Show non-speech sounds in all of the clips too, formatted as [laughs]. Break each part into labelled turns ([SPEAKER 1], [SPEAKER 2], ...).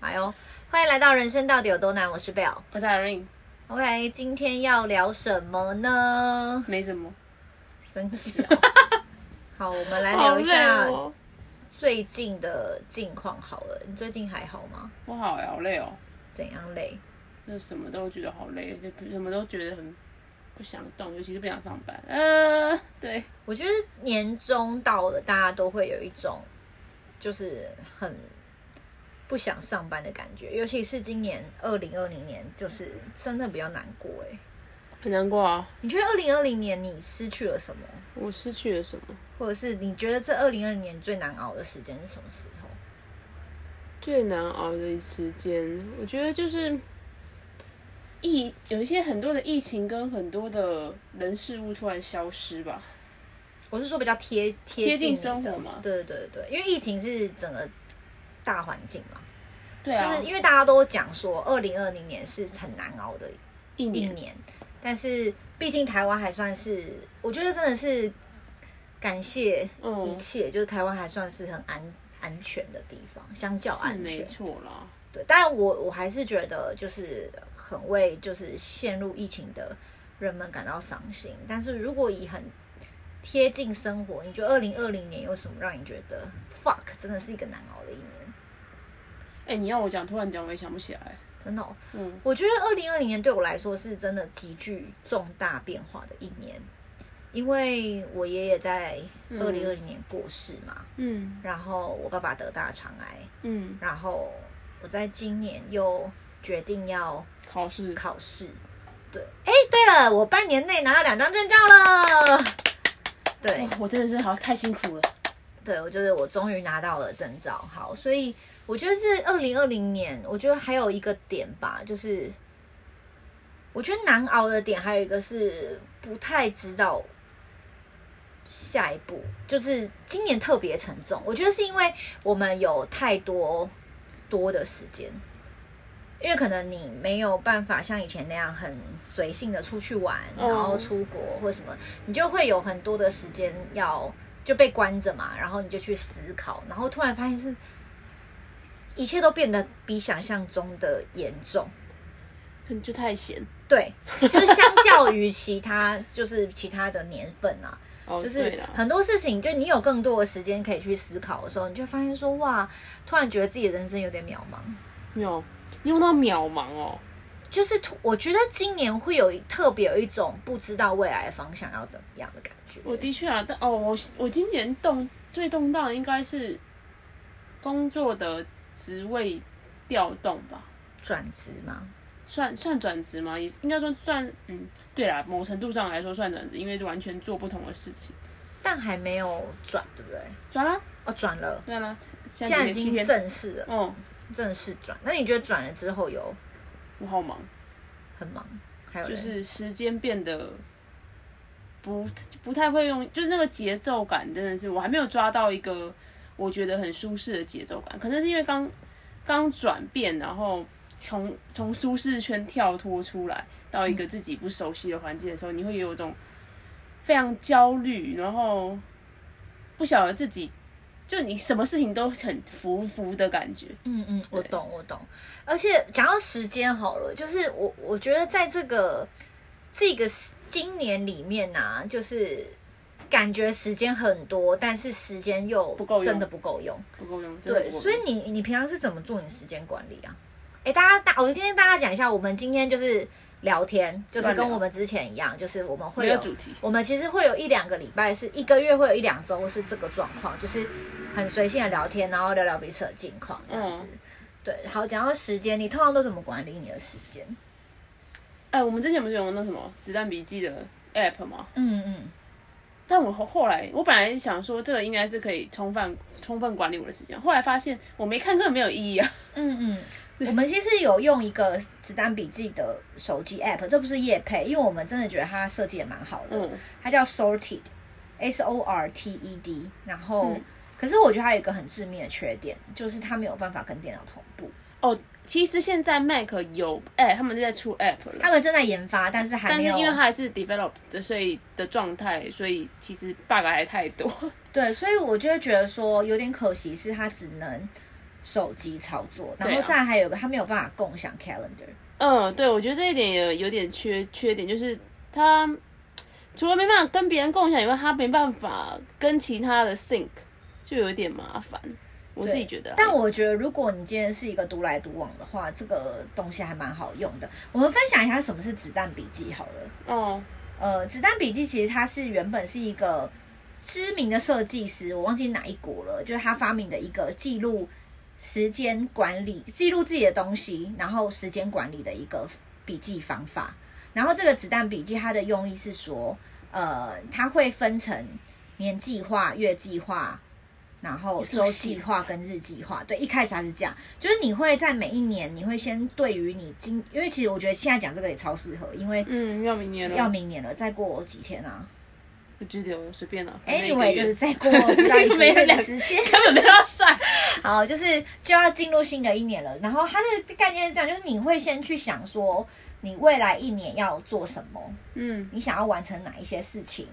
[SPEAKER 1] 哦，欢迎来到人生到底有多难，我是 Bell。
[SPEAKER 2] 我是 Irene，
[SPEAKER 1] OK，今天要聊什么呢？
[SPEAKER 2] 没什么。
[SPEAKER 1] 真
[SPEAKER 2] [laughs]
[SPEAKER 1] 小。好，我们来聊一下
[SPEAKER 2] 好累哦
[SPEAKER 1] 最近的近况好了。你最近还好吗？
[SPEAKER 2] 我好呀，好累哦，
[SPEAKER 1] 怎样累？
[SPEAKER 2] 就什么都觉得好累，就什么都觉得很不想动，尤其是不想上班。呃，对，
[SPEAKER 1] 我觉得年终到了，大家都会有一种就是很不想上班的感觉，尤其是今年二零二零年，就是真的比较难过哎、
[SPEAKER 2] 很难过啊。
[SPEAKER 1] 你觉得二零二零年你失去了什么，
[SPEAKER 2] 我失去了什么？
[SPEAKER 1] 或者是你觉得这二零二零年最难熬的时间是什么时候？
[SPEAKER 2] 最难熬的时间，我觉得就是疫有一些很多的疫情跟很多的人事物突然消失吧，
[SPEAKER 1] 我是说比较贴贴
[SPEAKER 2] 贴近
[SPEAKER 1] 近
[SPEAKER 2] 生活
[SPEAKER 1] 你的
[SPEAKER 2] 嘛
[SPEAKER 1] 对对对对，因为疫情是整个大环境嘛，
[SPEAKER 2] 对啊，
[SPEAKER 1] 就是因为大家都讲说二零二零年是很难熬的
[SPEAKER 2] 一
[SPEAKER 1] 一
[SPEAKER 2] 年
[SPEAKER 1] 年，但是毕竟台湾还算是，我觉得真的是感谢一
[SPEAKER 2] 嗯，
[SPEAKER 1] 切，就是台湾还算是很安安全的地方，相较
[SPEAKER 2] 哦是
[SPEAKER 1] 安
[SPEAKER 2] 没
[SPEAKER 1] 全。
[SPEAKER 2] 错啦。
[SPEAKER 1] 对，当然我我还是觉得就是很为就是陷入疫情的人们感到伤心，但是如果以很贴近生活，你觉得二零二零年有什么让你觉得 fuck 真的是一个难熬的一年？
[SPEAKER 2] 哎、你要我讲，突然讲我也想不起来。
[SPEAKER 1] 真的哦、
[SPEAKER 2] 嗯，
[SPEAKER 1] 我觉得二零二零年对我来说是真的极具重大变化的一年，因为我爷爷在
[SPEAKER 2] 嗯
[SPEAKER 1] 二零二零年过世嘛，
[SPEAKER 2] 嗯
[SPEAKER 1] 然后我爸爸得大肠癌，
[SPEAKER 2] 嗯，
[SPEAKER 1] 然后我在今年又决定要
[SPEAKER 2] 考试
[SPEAKER 1] 考试。对，哎，对了，我半年内拿到两张证照了。对
[SPEAKER 2] 哦哇，我真的是好太辛苦了。
[SPEAKER 1] 对，我觉得我终于拿到了证照。好，所以我觉得是二零二零年，我觉得还有一个点吧，就是我觉得难熬的点还有一个是不太知道下一步，就是今年特别沉重。我觉得是因为我们有太多多的时间。因为可能你没有办法像以前那样很随性的出去玩，然后
[SPEAKER 2] 嗯
[SPEAKER 1] 出国或什么，你就会有很多的时间要就被关着嘛，然后你就去思考，然后突然发现是一切都变得比想象中的严重。
[SPEAKER 2] 可能就太闲，
[SPEAKER 1] 对，就是相较于其他，就是其他的年份啊，
[SPEAKER 2] 哦
[SPEAKER 1] 就是很多事情，就你有更多的时间可以去思考的时候，你就发现说，哇，突然觉得自己的人生有点渺茫。
[SPEAKER 2] 没有，你用到渺茫哦，
[SPEAKER 1] 就是突，我觉得今年会有一特别有一种不知道未来的方向要怎么样的感觉。
[SPEAKER 2] 我的确啊，但哦，我我今年动最动荡的应该是工作的职位调动吧，
[SPEAKER 1] 转职吗？
[SPEAKER 2] 算算转职吗？也应该说算，嗯，对啦，某程度上来说算转职，因为完全做不同的事情。
[SPEAKER 1] 但还没有转，对不对？
[SPEAKER 2] 转了，
[SPEAKER 1] 哦，转了，
[SPEAKER 2] 对了，现
[SPEAKER 1] 现
[SPEAKER 2] 在
[SPEAKER 1] 在
[SPEAKER 2] 几
[SPEAKER 1] 已
[SPEAKER 2] 天七
[SPEAKER 1] 经
[SPEAKER 2] 天，
[SPEAKER 1] 正式了，
[SPEAKER 2] 嗯，
[SPEAKER 1] 正式转。那你觉得转了之后有
[SPEAKER 2] 我好忙，
[SPEAKER 1] 很忙？还有嘞
[SPEAKER 2] 就是时间变得不不太会用，就是那个节奏感真的是我还没有抓到一个我觉得很舒适的节奏感，可能是因为刚刚转变，然后从从舒适圈跳脱出来到一个
[SPEAKER 1] 嗯
[SPEAKER 2] 自己不熟悉的环境的时候，你会有一种非常焦虑，然后不晓得自己。就你什么事情都很浮浮的感觉，
[SPEAKER 1] 嗯嗯，我
[SPEAKER 2] 对
[SPEAKER 1] 懂我懂。而且讲到时间好了，就是我我觉得在这个这个时今年里面呐、就是感觉时间很多，但是时间又
[SPEAKER 2] 不够用
[SPEAKER 1] 真的不够用。
[SPEAKER 2] 不够用。真的
[SPEAKER 1] 对，
[SPEAKER 2] 不够
[SPEAKER 1] 所以
[SPEAKER 2] 用
[SPEAKER 1] 你你平常是怎么做你时间管理啊？哎，大家大，我跟大家讲一下，我们今天就是聊天，就是
[SPEAKER 2] 乱聊
[SPEAKER 1] 跟我们之前一样，就是我们会
[SPEAKER 2] 没
[SPEAKER 1] 有
[SPEAKER 2] 有主题，
[SPEAKER 1] 我们其实会有一两个礼拜，是一个月会有一两周是这个状况，就是很随性的聊天，然后聊聊彼此的近况这样子。
[SPEAKER 2] 嗯
[SPEAKER 1] 对，好，讲到时间，你通常都怎么管理你的时间？
[SPEAKER 2] 哎、我们之前不是有那什么《子弹笔记》的 app 吗？
[SPEAKER 1] 嗯嗯，
[SPEAKER 2] 但我后后来，我本来想说这个应该是可以充分充分管理我的时间，后来发现我没看根本没有意义啊。
[SPEAKER 1] 嗯嗯，我们其实有用一个子弹笔记的手机 app，这不是夜配，因为我们真的觉得它设计也蛮好的，
[SPEAKER 2] 嗯，
[SPEAKER 1] 它叫 Sorted，S O R T E D，然后、
[SPEAKER 2] 嗯
[SPEAKER 1] 可是我觉得它有一个很致命的缺点，就是它没有办法跟电脑同步。
[SPEAKER 2] 其实现在 Mac 有 app，他们就在出 app 了，
[SPEAKER 1] 他们正在研发，但是还
[SPEAKER 2] 嗯但
[SPEAKER 1] 没
[SPEAKER 2] 是
[SPEAKER 1] 有。
[SPEAKER 2] 因为它还是 develop 的，所以的状态，所以其实 bug 还太多。 [laughs]
[SPEAKER 1] 对，所以我就会觉得说有点可惜，是它只能手机操作，然
[SPEAKER 2] 对
[SPEAKER 1] 后
[SPEAKER 2] 啊
[SPEAKER 1] 再还有一个他没有办法共享 calendar，
[SPEAKER 2] 嗯，对，我觉得这一点也有点缺缺点，就是他除了没办法跟别人共享以外，他没办法跟其他的 sync，就有点麻烦。我自己觉得啦，啊
[SPEAKER 1] 但我觉得，如果你今天是一个独来独往的话，这个东西还蛮好用的。我们分享一下什么是子弹笔记好了。
[SPEAKER 2] 哦，
[SPEAKER 1] 呃，子弹笔记其实它是原本是一个知名的设计师，我忘记哪一国了，就是他发明的一个记录时间管理、记录自己的东西，然后时间管理的一个笔记方法。然后这个子弹笔记它的用意是说，呃，它会分成年计划、月计划。然后
[SPEAKER 2] 这么
[SPEAKER 1] 周
[SPEAKER 2] 细
[SPEAKER 1] 计划跟日计划，对，一开始它是这样，就是你会在每一年，你会先对于你今，因为其实我觉得现在讲这个也超适合，因为
[SPEAKER 2] 嗯，要明年了，
[SPEAKER 1] 要明年了，再过几天啊
[SPEAKER 2] 不记得了，随便了。反正一个
[SPEAKER 1] ？Anyway，
[SPEAKER 2] 月
[SPEAKER 1] 就是嗯再过不到一个
[SPEAKER 2] 没有
[SPEAKER 1] 月的
[SPEAKER 2] 两
[SPEAKER 1] 时间，
[SPEAKER 2] [laughs] 根本没有要算。
[SPEAKER 1] [laughs] 好，就是就要进入新的一年了。然后它的概念是这样，就是你会先去想说，你未来一年要做什么，
[SPEAKER 2] 嗯，
[SPEAKER 1] 你想要完成哪一些事情，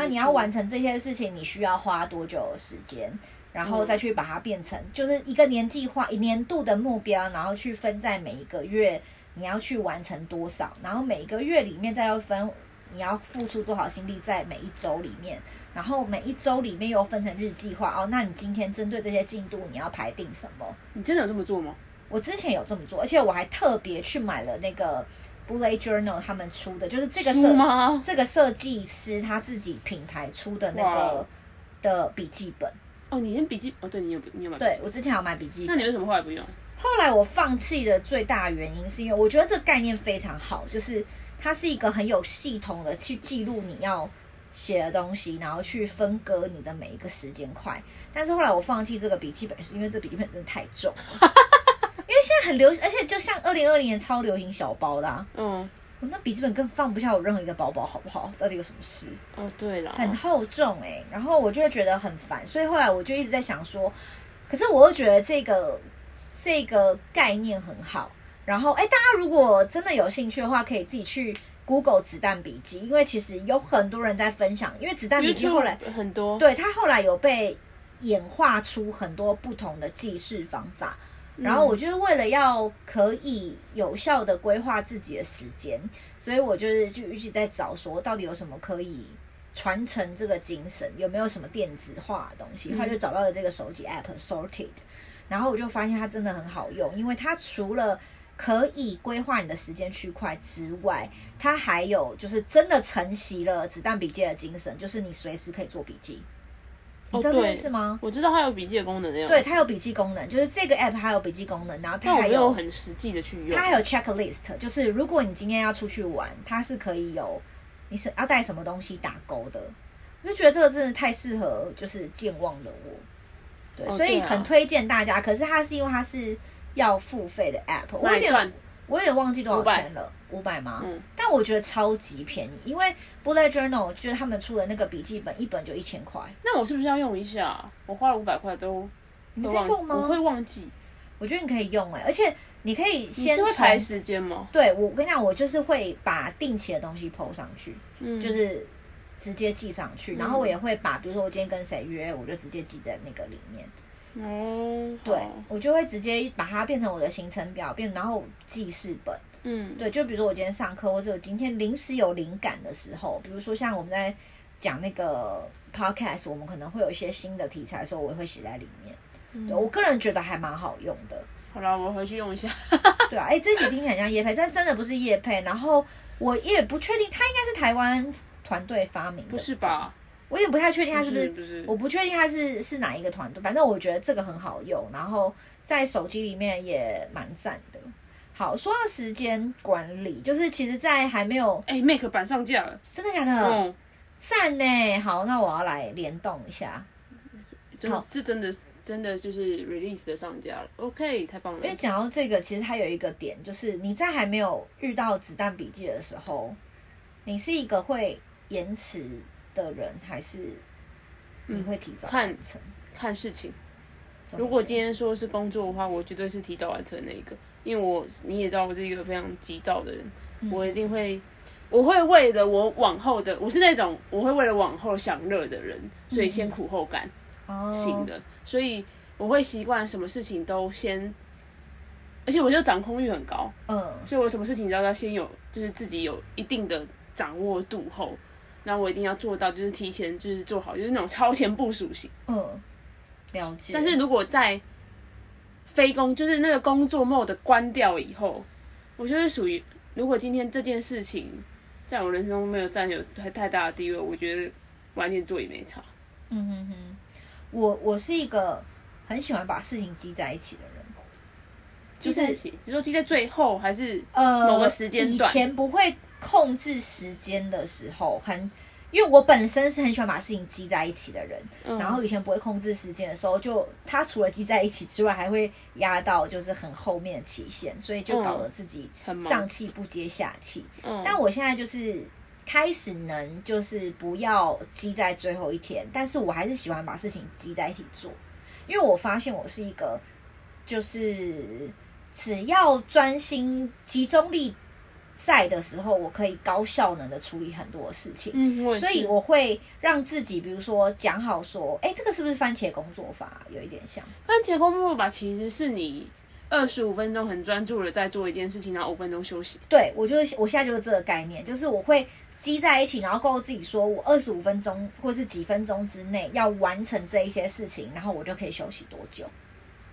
[SPEAKER 1] 那
[SPEAKER 2] 错
[SPEAKER 1] 你要完成这些事情，你需要花多久的时间？然
[SPEAKER 2] 嗯
[SPEAKER 1] 后再去把它变成就是一个年计划、一年度的目标，然后去分在每一个月你要去完成多少，然后每一个月里面再要分你要付出多少心力在每一周里面，然后每一周里面又分成日计划哦。那你今天针对这些进度，你要排定什么？
[SPEAKER 2] 你真的有这么做吗？
[SPEAKER 1] 我之前有这么做，而且我还特别去买了那个 Bullet Journal 他们出的，就是这个设
[SPEAKER 2] 书吗？
[SPEAKER 1] 这个设计师他自己品牌出的那个
[SPEAKER 2] 哇
[SPEAKER 1] 的笔记本，
[SPEAKER 2] 哦，你连笔记哦，对你有你有买？
[SPEAKER 1] 对，我之前有买笔记
[SPEAKER 2] 那
[SPEAKER 1] 本。
[SPEAKER 2] 你为什么后来不用？
[SPEAKER 1] 后来我放弃的最大原因是因为我觉得这个概念非常好，就是它是一个很有系统的去记录你要写的东西，然后去分割你的每一个时间块。但是后来我放弃这个笔记本，是因为这笔记本真的太
[SPEAKER 2] [laughs]
[SPEAKER 1] 重了。因为现在很流行，而且就像二零二零年超流行小包的、啊，
[SPEAKER 2] 嗯，
[SPEAKER 1] 我那笔记本根本放不下我任何一个包包，好不好？到底有什么事？
[SPEAKER 2] 哦，对啦，
[SPEAKER 1] 很厚重哎、然后我就会觉得很烦，所以后来我就一直在想说，可是我又觉得这个这个概念很好，然后哎，大家如果真的有兴趣的话，可以自己去 Google 子弹笔记，因为其实有很多人在分享，因为子弹笔记
[SPEAKER 2] YouTube
[SPEAKER 1] 后来
[SPEAKER 2] 很多，
[SPEAKER 1] 对它后来有被演化出很多不同的记事方法，然后我就是为了要可以有效的规划自己的时间，所以我就是就一直在找说到底有什么可以传承这个精神，有没有什么电子化的东西，
[SPEAKER 2] 嗯
[SPEAKER 1] 他就找到了这个手机 app Sorted，然后我就发现它真的很好用，因为它除了可以规划你的时间区块之外，它还有就是真的承袭了子弹笔记的精神，就是你随时可以做笔记。你
[SPEAKER 2] 哦
[SPEAKER 1] 知道这件
[SPEAKER 2] 对，
[SPEAKER 1] 事吗？
[SPEAKER 2] 我知道它有笔记的功能那样。
[SPEAKER 1] 对，它有笔记功能，就是这个 app 它有笔记功能，然后它
[SPEAKER 2] 但我
[SPEAKER 1] 还
[SPEAKER 2] 没有很实际的去用。
[SPEAKER 1] 它还有 checklist，就是如果你今天要出去玩，它是可以有你是要带什么东西打勾的。我就觉得这个真的太适合就是健忘的我，对，
[SPEAKER 2] 哦
[SPEAKER 1] 所以
[SPEAKER 2] 对啊
[SPEAKER 1] 很推荐大家。可是它是因为它是要付费的 app，我
[SPEAKER 2] 那
[SPEAKER 1] 有
[SPEAKER 2] 你
[SPEAKER 1] 点
[SPEAKER 2] 赚
[SPEAKER 1] 我有点忘记多少钱了，五百吗？
[SPEAKER 2] 嗯
[SPEAKER 1] 但我觉得超级便宜，因为 Bullet Journal 就是他们出的那个笔记本，一本就一千块。
[SPEAKER 2] 那我是不是要用一下？我花了五百块都
[SPEAKER 1] 你们
[SPEAKER 2] 会
[SPEAKER 1] 在
[SPEAKER 2] 忘，
[SPEAKER 1] 用吗？
[SPEAKER 2] 我会忘记。
[SPEAKER 1] 我觉得你可以用哎、而且你可以
[SPEAKER 2] 你
[SPEAKER 1] 先
[SPEAKER 2] 是会
[SPEAKER 1] 从
[SPEAKER 2] 排时间吗？
[SPEAKER 1] 对我跟你讲，我就是会把定期的东西 PO 上去，
[SPEAKER 2] 嗯，
[SPEAKER 1] 就是直接记上去，
[SPEAKER 2] 嗯
[SPEAKER 1] 然后我也会把，比如说我今天跟谁约，我就直接记在那个里面。
[SPEAKER 2] 哦，好
[SPEAKER 1] 对，我就会直接把它变成我的行程表，变然后记事本。
[SPEAKER 2] 嗯，
[SPEAKER 1] 对，就比如说我今天上课，或者我今天临时有灵感的时候，比如说像我们在讲那个 podcast，我们可能会有一些新的题材的时候，我也会写在里面。
[SPEAKER 2] 嗯
[SPEAKER 1] 对我个人觉得还蛮好用的。
[SPEAKER 2] 好啦，我回去用一下。
[SPEAKER 1] 对啊，哎、这集听起来像叶配，但真的不是叶配。然后我也不确定，它应该是台湾团队发明的，
[SPEAKER 2] 不是？吧？
[SPEAKER 1] 我也不太确定它是不是，
[SPEAKER 2] 不是？
[SPEAKER 1] 我不确定它是是哪一个团队。反正我觉得这个很好用，然后在手机里面也蛮赞的。好，说到时间管理，就是其实，在还没有
[SPEAKER 2] 哎，Mac 版上架了。
[SPEAKER 1] 真的假的
[SPEAKER 2] 嗯，
[SPEAKER 1] 赞呢、好，那我要来联动一下，
[SPEAKER 2] 真
[SPEAKER 1] 好
[SPEAKER 2] 的是真的真的就是 release 的上架了。OK，太棒
[SPEAKER 1] 因为
[SPEAKER 2] 了。
[SPEAKER 1] 讲到这个，其实它有一个点，就是你在还没有遇到子弹笔记的时候，你是一个会延迟的人，还是你会提早
[SPEAKER 2] 看
[SPEAKER 1] 完成？
[SPEAKER 2] 嗯看事情，
[SPEAKER 1] 怎么
[SPEAKER 2] 如果
[SPEAKER 1] 说
[SPEAKER 2] 今天说是工作的话，我绝对是提早完成那一个，因为我你也知道我是一个非常急躁的人，
[SPEAKER 1] 嗯
[SPEAKER 2] 我一定会，我会为了我往后的，我是那种我会为了往后享乐的人，所以先苦后甘
[SPEAKER 1] 哦
[SPEAKER 2] 型的，所以我会习惯什么事情都先，而且我就掌控欲很高，
[SPEAKER 1] 嗯，
[SPEAKER 2] 所以我什么事情都要先有，就是自己有一定的掌握度后，那我一定要做到，就是提前就是做好，就是那种超前部署型。
[SPEAKER 1] 嗯，了解。
[SPEAKER 2] 但是如果在非工，就是那个工作 mode 关掉以后，我就是属于，如果今天这件事情在我人生中没有占有太太大的地位，我觉得晚点做也没差。
[SPEAKER 1] 嗯哼哼，我我是一个很喜欢把事情积在一起的人，
[SPEAKER 2] 就是是你说记在最后还是
[SPEAKER 1] 呃，
[SPEAKER 2] 某个时间
[SPEAKER 1] 以
[SPEAKER 2] 段
[SPEAKER 1] 前不会控制时间的时候，很因为我本身是很喜欢把事情积在一起的人，
[SPEAKER 2] 嗯
[SPEAKER 1] 然后以前不会控制时间的时候，就它除了积在一起之外，还会压到就是很后面的期限，所以就搞
[SPEAKER 2] 嗯
[SPEAKER 1] 得自己
[SPEAKER 2] 很忙
[SPEAKER 1] 上气不接下气。
[SPEAKER 2] 嗯
[SPEAKER 1] 但我现在就是。开始能就是不要积在最后一天，但是我还是喜欢把事情积在一起做，因为我发现我是一个就是只要专心集中力在的时候，我可以高效能的处理很多的事情。
[SPEAKER 2] 嗯，我也是
[SPEAKER 1] 所以我会让自己，比如说讲好说，哎、这个是不是番茄工作法有一点像？
[SPEAKER 2] 番茄工作法其实是你二十五分钟很专注的在做一件事情，然后五分钟休息。
[SPEAKER 1] 对我就是我现在就是这个概念，就是我会积在一起，然后告诉自己说我二十五分钟或是几分钟之内要完成这一些事情，然后我就可以休息多久？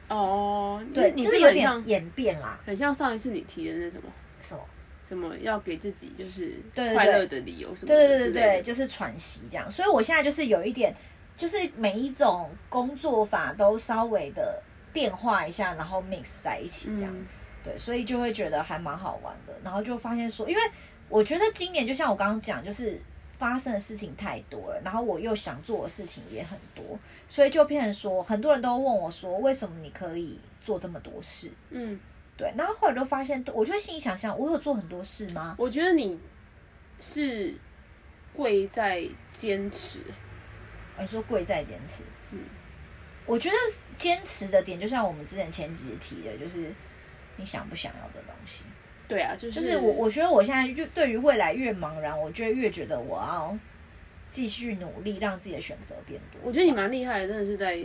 [SPEAKER 2] 哦，你
[SPEAKER 1] 对，
[SPEAKER 2] 你
[SPEAKER 1] 就是有
[SPEAKER 2] 这个很
[SPEAKER 1] 点
[SPEAKER 2] 像
[SPEAKER 1] 演变啦，
[SPEAKER 2] 很像上一次你提的那什么
[SPEAKER 1] 什么？
[SPEAKER 2] 什么要给自己就是
[SPEAKER 1] 对对对
[SPEAKER 2] 快乐的理由什么
[SPEAKER 1] 对对
[SPEAKER 2] 的
[SPEAKER 1] 对
[SPEAKER 2] 之
[SPEAKER 1] 对
[SPEAKER 2] 类
[SPEAKER 1] 对，
[SPEAKER 2] 的
[SPEAKER 1] 就是喘息这样。所以我现在就是有一点，就是每一种工作法都稍微的变化一下，然后 mix 在一起这样。
[SPEAKER 2] 嗯
[SPEAKER 1] 对，所以就会觉得还蛮好玩的。然后就发现说，因为我觉得今年就像我刚刚讲，就是发生的事情太多了，然后我又想做的事情也很多，所以就变成说，很多人都问我说，为什么你可以做这么多事？
[SPEAKER 2] 嗯，
[SPEAKER 1] 对，然后后来就发现，我就心里想想，我有做很多事吗？
[SPEAKER 2] 我觉得你是贵在坚持，
[SPEAKER 1] 哦你说贵在坚持，
[SPEAKER 2] 嗯
[SPEAKER 1] 我觉得坚持的点，就像我们之前前几集提的，就是你想不想要这东西。
[SPEAKER 2] 对啊，就是
[SPEAKER 1] 就是我，我觉得我现在越对于未来越茫然，我就会越觉得我要继续努力，让自己的选择变多。
[SPEAKER 2] 我觉得你蛮厉害的，真的是在，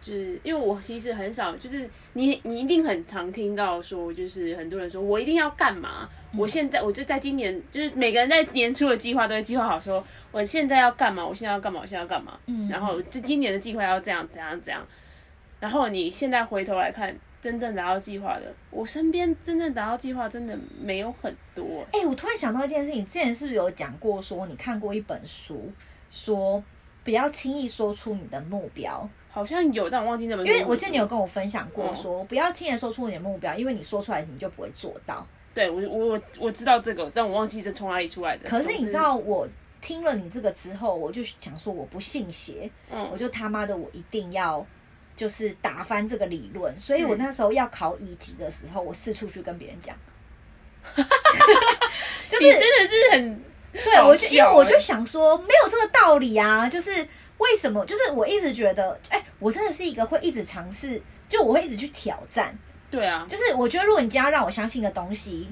[SPEAKER 2] 就是因为我其实很少，就是你你一定很常听到说，就是很多人说我一定要干嘛，
[SPEAKER 1] 嗯
[SPEAKER 2] 我现在我就在今年，就是每个人在年初的计划都会计划好说，我现在要干嘛，我现在要干嘛，我现在要干嘛，
[SPEAKER 1] 嗯
[SPEAKER 2] 然后这今年的计划要这样怎样怎样，然后你现在回头来看，真正达到计划的，我身边真正达到计划真的没有很多、
[SPEAKER 1] 哎、我突然想到一件事情，之前是不是有讲过说你看过一本书，说不要轻易说出你的目标，
[SPEAKER 2] 好像有，但我忘记那本书
[SPEAKER 1] 因
[SPEAKER 2] 是什么，
[SPEAKER 1] 为我记得你有跟我分享过
[SPEAKER 2] 嗯
[SPEAKER 1] 说不要轻易地说出你的目标，因为你说出来你就不会做到。
[SPEAKER 2] 对我我我我知道这个，但我忘记这从哪里出来的。
[SPEAKER 1] 可是你
[SPEAKER 2] 总之
[SPEAKER 1] 知道我。听了你这个之后，我就想说我不信邪，
[SPEAKER 2] 嗯
[SPEAKER 1] 我就他妈的我一定要就是打翻这个理论，所以我那时候要考乙级的时候，我四处去跟别
[SPEAKER 2] [laughs]
[SPEAKER 1] 人讲，就是
[SPEAKER 2] 你真的是很
[SPEAKER 1] 对，我就
[SPEAKER 2] 好笑
[SPEAKER 1] 因为我
[SPEAKER 2] 欸
[SPEAKER 1] 就想说，没有这个道理啊，就是为什么？就是我一直觉得，哎、我真的是一个会一直尝试，就我会一直去挑战。
[SPEAKER 2] 对啊，
[SPEAKER 1] 就是我觉得，如果你今天要让我相信的东西，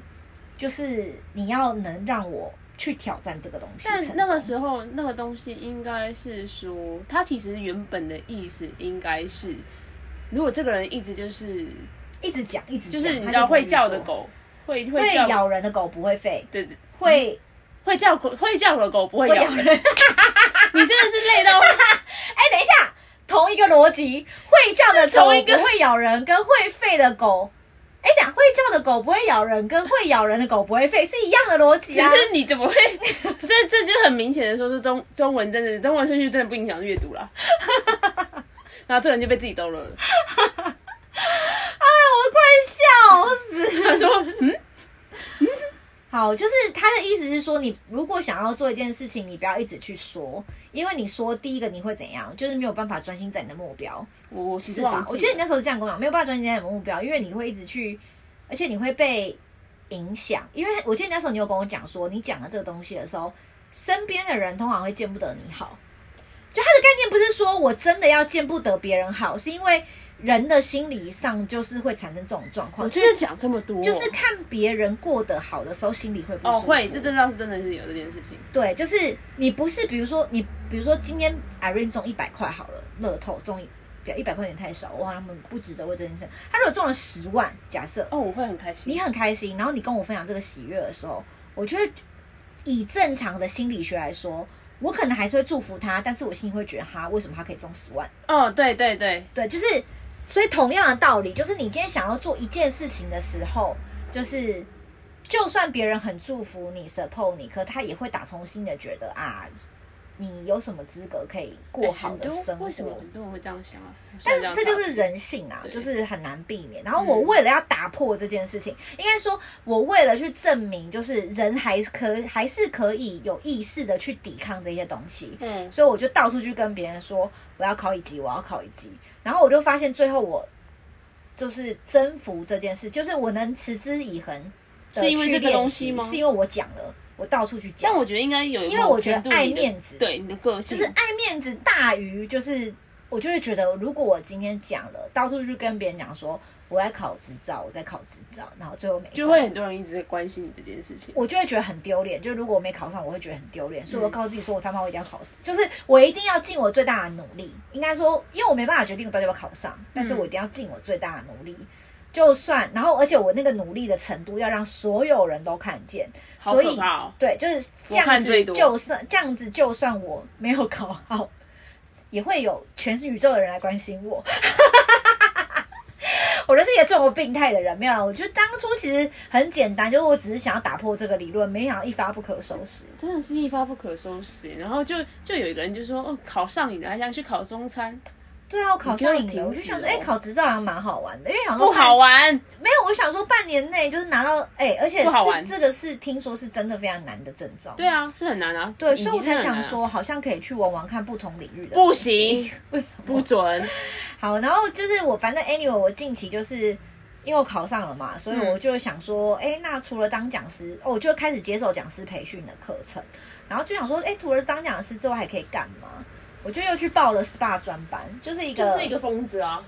[SPEAKER 1] 就是你要能让我去挑战这个东西成功。
[SPEAKER 2] 但那个时候那个东西应该是说，它其实原本的意思应该是，如果这个人一直就是
[SPEAKER 1] 一直讲，一直
[SPEAKER 2] 就
[SPEAKER 1] 讲
[SPEAKER 2] 是你
[SPEAKER 1] 它
[SPEAKER 2] 知道
[SPEAKER 1] 不会
[SPEAKER 2] 会叫的
[SPEAKER 1] 说，
[SPEAKER 2] 狗，会会
[SPEAKER 1] 会
[SPEAKER 2] 叫
[SPEAKER 1] 咬人的狗不会吠，
[SPEAKER 2] 对对，
[SPEAKER 1] 会
[SPEAKER 2] 会叫狗会叫的狗不会
[SPEAKER 1] 会
[SPEAKER 2] 咬
[SPEAKER 1] 咬
[SPEAKER 2] 人，
[SPEAKER 1] 人。
[SPEAKER 2] [laughs] 你真的是累到
[SPEAKER 1] [laughs] 哎、等一下，同一个逻辑，会叫的
[SPEAKER 2] 是
[SPEAKER 1] 狗
[SPEAKER 2] 同一个
[SPEAKER 1] 不会咬人，跟会吠的狗，哎、等一下会叫的狗不会咬人，跟会咬人的狗不会吠是一样的逻辑
[SPEAKER 2] 只
[SPEAKER 1] 啊。
[SPEAKER 2] 是你怎么会？ [laughs] 这这就很明显的说是中中文真的中文顺序真的不影响阅读啦。 [laughs] 然后这个人就被自己逗乐了，
[SPEAKER 1] 哎，我快笑死。
[SPEAKER 2] 他说：“嗯，
[SPEAKER 1] [laughs] 好，就是他的意思是说，你如果想要做一件事情，你不要一直去说，因为你说第一个你会怎样，就是没有办法专心在你的目标，
[SPEAKER 2] 我我其
[SPEAKER 1] 是
[SPEAKER 2] 实忘
[SPEAKER 1] 吧？
[SPEAKER 2] 记
[SPEAKER 1] 我记得你
[SPEAKER 2] 了
[SPEAKER 1] 那时候是这样跟我讲，没有办法专心在你的目标，因为你会一直去，而且你会被影响。因为我记得那时候你有跟我讲说，你讲了这个东西的时候，身边的人通常会见不得你好。就他的概念不是说我真的要见不得别人好，是因为人的心理上就是会产生这种状况。
[SPEAKER 2] 我
[SPEAKER 1] 就
[SPEAKER 2] 真
[SPEAKER 1] 是
[SPEAKER 2] 的讲这么多哦，
[SPEAKER 1] 就是看别人过得好的时候，心里会不舒服。
[SPEAKER 2] 哦，会，这这倒是真的是有这件事情。
[SPEAKER 1] 对，就是你不是比如说你，比如说今天 Irene 中一百块好了，乐透中票，一百块钱太少，哇，他们不值得为这件事。他如果中了十万，假设
[SPEAKER 2] 哦，我会很开心。
[SPEAKER 1] 你很开心，然后你跟我分享这个喜悦的时候，我觉得以正常的心理学来说，我可能还是会祝福他，但是我心里会觉得他为什么他可以中十万？
[SPEAKER 2] 哦，对对对，
[SPEAKER 1] 对，就是所以同样的道理，就是你今天想要做一件事情的时候，就是就算别人很祝福你、support 你，可他也会打从心的觉得啊，你有什么资格可以过
[SPEAKER 2] 哎
[SPEAKER 1] 好
[SPEAKER 2] 很
[SPEAKER 1] 的
[SPEAKER 2] 多
[SPEAKER 1] 生活？
[SPEAKER 2] 为什么很多人会这样想啊？
[SPEAKER 1] 但
[SPEAKER 2] 但
[SPEAKER 1] 是这就是人性啊，
[SPEAKER 2] 对嗯
[SPEAKER 1] 就是很难避免。然后我为了要打破这件事情，应该说，我为了去证明，就是人还是可还是可以有意识的去抵抗这些东西，
[SPEAKER 2] 嗯，
[SPEAKER 1] 所以我就到处去跟别人说我要考一级，我要考一级。然后我就发现，最后我就是征服这件事，就是我能持之以恒的
[SPEAKER 2] 是因为
[SPEAKER 1] 去
[SPEAKER 2] 这个
[SPEAKER 1] 练
[SPEAKER 2] 东
[SPEAKER 1] 习
[SPEAKER 2] 西吗
[SPEAKER 1] 是因为我讲了，我到处去讲
[SPEAKER 2] 但，我觉嗯得应该有，
[SPEAKER 1] 因为我觉得爱面子，
[SPEAKER 2] 对你的个
[SPEAKER 1] 就
[SPEAKER 2] 性
[SPEAKER 1] 是爱面子大于就是，我就会觉得，如果我今天讲了，到处去跟别人讲说我在考执照，我在考执照，然后最后没上
[SPEAKER 2] 就会，很多人一直在关心你这件事情。
[SPEAKER 1] 我就会觉得很丢脸。就如果我没考上，我会觉得很丢脸，
[SPEAKER 2] 嗯
[SPEAKER 1] 所以我告诉自己说，我他妈我一定要考上，就是我一定要尽我最大的努力。应该说，因为我没办法决定我到底要不要考
[SPEAKER 2] 嗯
[SPEAKER 1] 上，但是我一定要尽我最大的努力。就算，然后而且我那个努力的程度要让所有人都看见，
[SPEAKER 2] 好
[SPEAKER 1] 所
[SPEAKER 2] 可
[SPEAKER 1] 以
[SPEAKER 2] 怕哦！
[SPEAKER 1] 对，就是这
[SPEAKER 2] 我看
[SPEAKER 1] 样
[SPEAKER 2] 最
[SPEAKER 1] 子，
[SPEAKER 2] 多
[SPEAKER 1] 就算这样子，就算我没有考好，也会有全是宇宙的人来关心我。 [laughs] 我就是一个这么病态的人，没有啊。我觉得当初其实很简单，就是我只是想要打破这个理论，没想到一发不可收拾。
[SPEAKER 2] 真的是一发不可收拾。然后就就有一个人就说：“哦，考上瘾了，还想去考中餐，
[SPEAKER 1] 对啊，我考上
[SPEAKER 2] 你
[SPEAKER 1] 瘾
[SPEAKER 2] 就要停
[SPEAKER 1] 了，我就想说，
[SPEAKER 2] 止
[SPEAKER 1] 哎、
[SPEAKER 2] 哦
[SPEAKER 1] 考执照好像蛮好玩的，因为想说
[SPEAKER 2] 不好玩。
[SPEAKER 1] 半，没有，我想说半年内就是拿到，哎、而且
[SPEAKER 2] 不好
[SPEAKER 1] 这
[SPEAKER 2] 玩
[SPEAKER 1] 这个是听说是真的非常难的证照”。
[SPEAKER 2] 对啊，是很难啊。
[SPEAKER 1] 对，
[SPEAKER 2] 你
[SPEAKER 1] 所以我才
[SPEAKER 2] 真的很
[SPEAKER 1] 想
[SPEAKER 2] 难啊，
[SPEAKER 1] 说，好像可以去玩玩看不同领域的。
[SPEAKER 2] 不，行，
[SPEAKER 1] 为什么？
[SPEAKER 2] 不准。
[SPEAKER 1] 好，然后就是我反正 anyway，我近期就是因为我考上了嘛，所以我就想说，哎、那除了当讲师，哦，我就开始接受讲师培训的课程，然后就想说，哎，除了当讲师之后还可以干嘛？我就又去报了 SPA 专班， [laughs] 就是一个，
[SPEAKER 2] 疯子啊！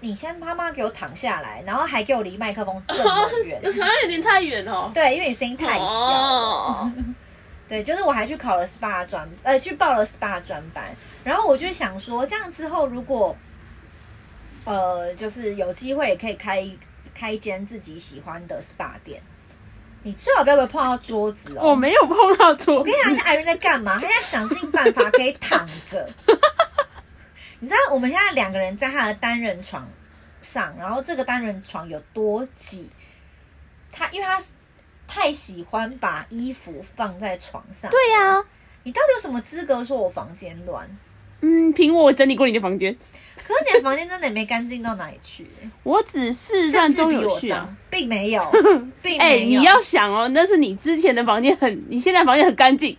[SPEAKER 1] 你先妈妈给我躺下来，然后还给我离麦克风这么远， [laughs]
[SPEAKER 2] 我想像 [laughs] 有点太远哦。
[SPEAKER 1] 对，因为你声音太小了。
[SPEAKER 2] 哦
[SPEAKER 1] 对，就是我还去考了 SPA 专，呃，去报了 SPA 专班。然后我就想说，这样之后如果，呃，就是有机会也可以开一开一间自己喜欢的 SPA 店。你最好不要被碰到桌子哦！
[SPEAKER 2] 我没有碰到桌
[SPEAKER 1] 我跟你讲，现在艾瑞在干嘛？他在想尽办法可以躺着。 [laughs] 你知道我们现在两个人在他的单人床上，然后这个单人床有多挤？他因为他太喜欢把衣服放在床上。
[SPEAKER 2] 对啊呀、
[SPEAKER 1] 你到底有什么资格说我房间乱？
[SPEAKER 2] 嗯，凭我整理过你的房间，
[SPEAKER 1] 可是你的房间真的也没干净到哪里
[SPEAKER 2] [laughs]
[SPEAKER 1] 去、
[SPEAKER 2] 我只是
[SPEAKER 1] 甚
[SPEAKER 2] 乱
[SPEAKER 1] 至
[SPEAKER 2] 中
[SPEAKER 1] 比
[SPEAKER 2] 有
[SPEAKER 1] 我
[SPEAKER 2] 序啊。
[SPEAKER 1] 脏，并没
[SPEAKER 2] [laughs]
[SPEAKER 1] 有，并
[SPEAKER 2] 哎、
[SPEAKER 1] 没有。
[SPEAKER 2] 你要想哦，那是你之前的房间很，你现在房间很干净，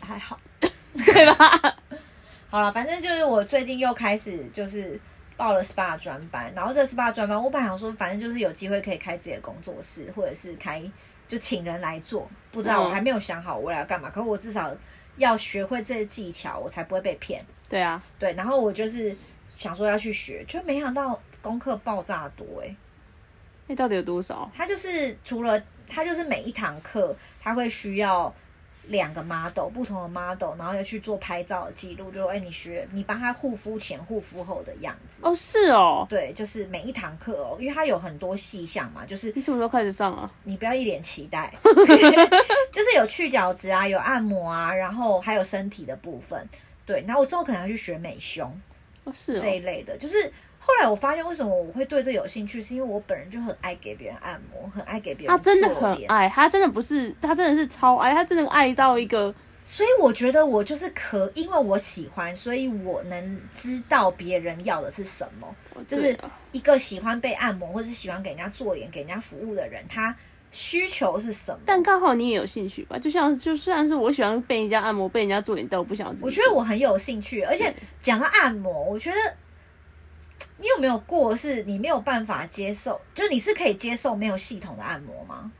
[SPEAKER 1] 还好。
[SPEAKER 2] [laughs] 对吧？
[SPEAKER 1] [laughs] 好了，反正就是我最近又开始就是报了 SPA 专班，然后这 SPA 专班，我本来想说，反正就是有机会可以开自己的工作室，或者是开就请人来做，不知道
[SPEAKER 2] 嗯
[SPEAKER 1] 我还没有想好我未来要干嘛。可我至少要学会这些技巧，我才不会被骗。
[SPEAKER 2] 对啊，
[SPEAKER 1] 对，然后我就是想说要去学，就没想到功课爆炸多哎、
[SPEAKER 2] 那、哎到底有多少？
[SPEAKER 1] 他就是除了他就是每一堂课，他会需要两个 model 不同的 model，然后要去做拍照的记录，就说哎、你学你帮他护肤前护肤后的样子。
[SPEAKER 2] 哦，是哦，
[SPEAKER 1] 对，就是每一堂课哦，因为它有很多细项嘛，就是
[SPEAKER 2] 你什么时候开始上啊？
[SPEAKER 1] 你不要一脸期待，就是有去角质啊，有按摩啊，然后还有身体的部分。对，然后我之后可能要去学美胸
[SPEAKER 2] 哦，是
[SPEAKER 1] 这一
[SPEAKER 2] 哦，
[SPEAKER 1] 类的，就是后来我发现为什么我会对这有兴趣，是因为我本人就很爱给别人按摩，很爱给别人
[SPEAKER 2] 他啊真的
[SPEAKER 1] 做
[SPEAKER 2] 很
[SPEAKER 1] 脸
[SPEAKER 2] 爱，他真的不是，他真的是超爱，他真的爱到一个，
[SPEAKER 1] 所以我觉得我就是可，因为我喜欢，所以我能知道别人要的是什么。就是
[SPEAKER 2] 对啊
[SPEAKER 1] 一个喜欢被按摩或者是喜欢给人家做脸、给人家服务的人，他需求是什么？
[SPEAKER 2] 但刚好你也有兴趣吧？就像就算是我喜欢被人家按摩，被人家做脸，但我不想自己
[SPEAKER 1] 我
[SPEAKER 2] 做。
[SPEAKER 1] 觉得我很有兴趣，而且讲到按摩，我觉得你有没有过是你没有办法接受，就是你是可以接受没有系统的按摩吗？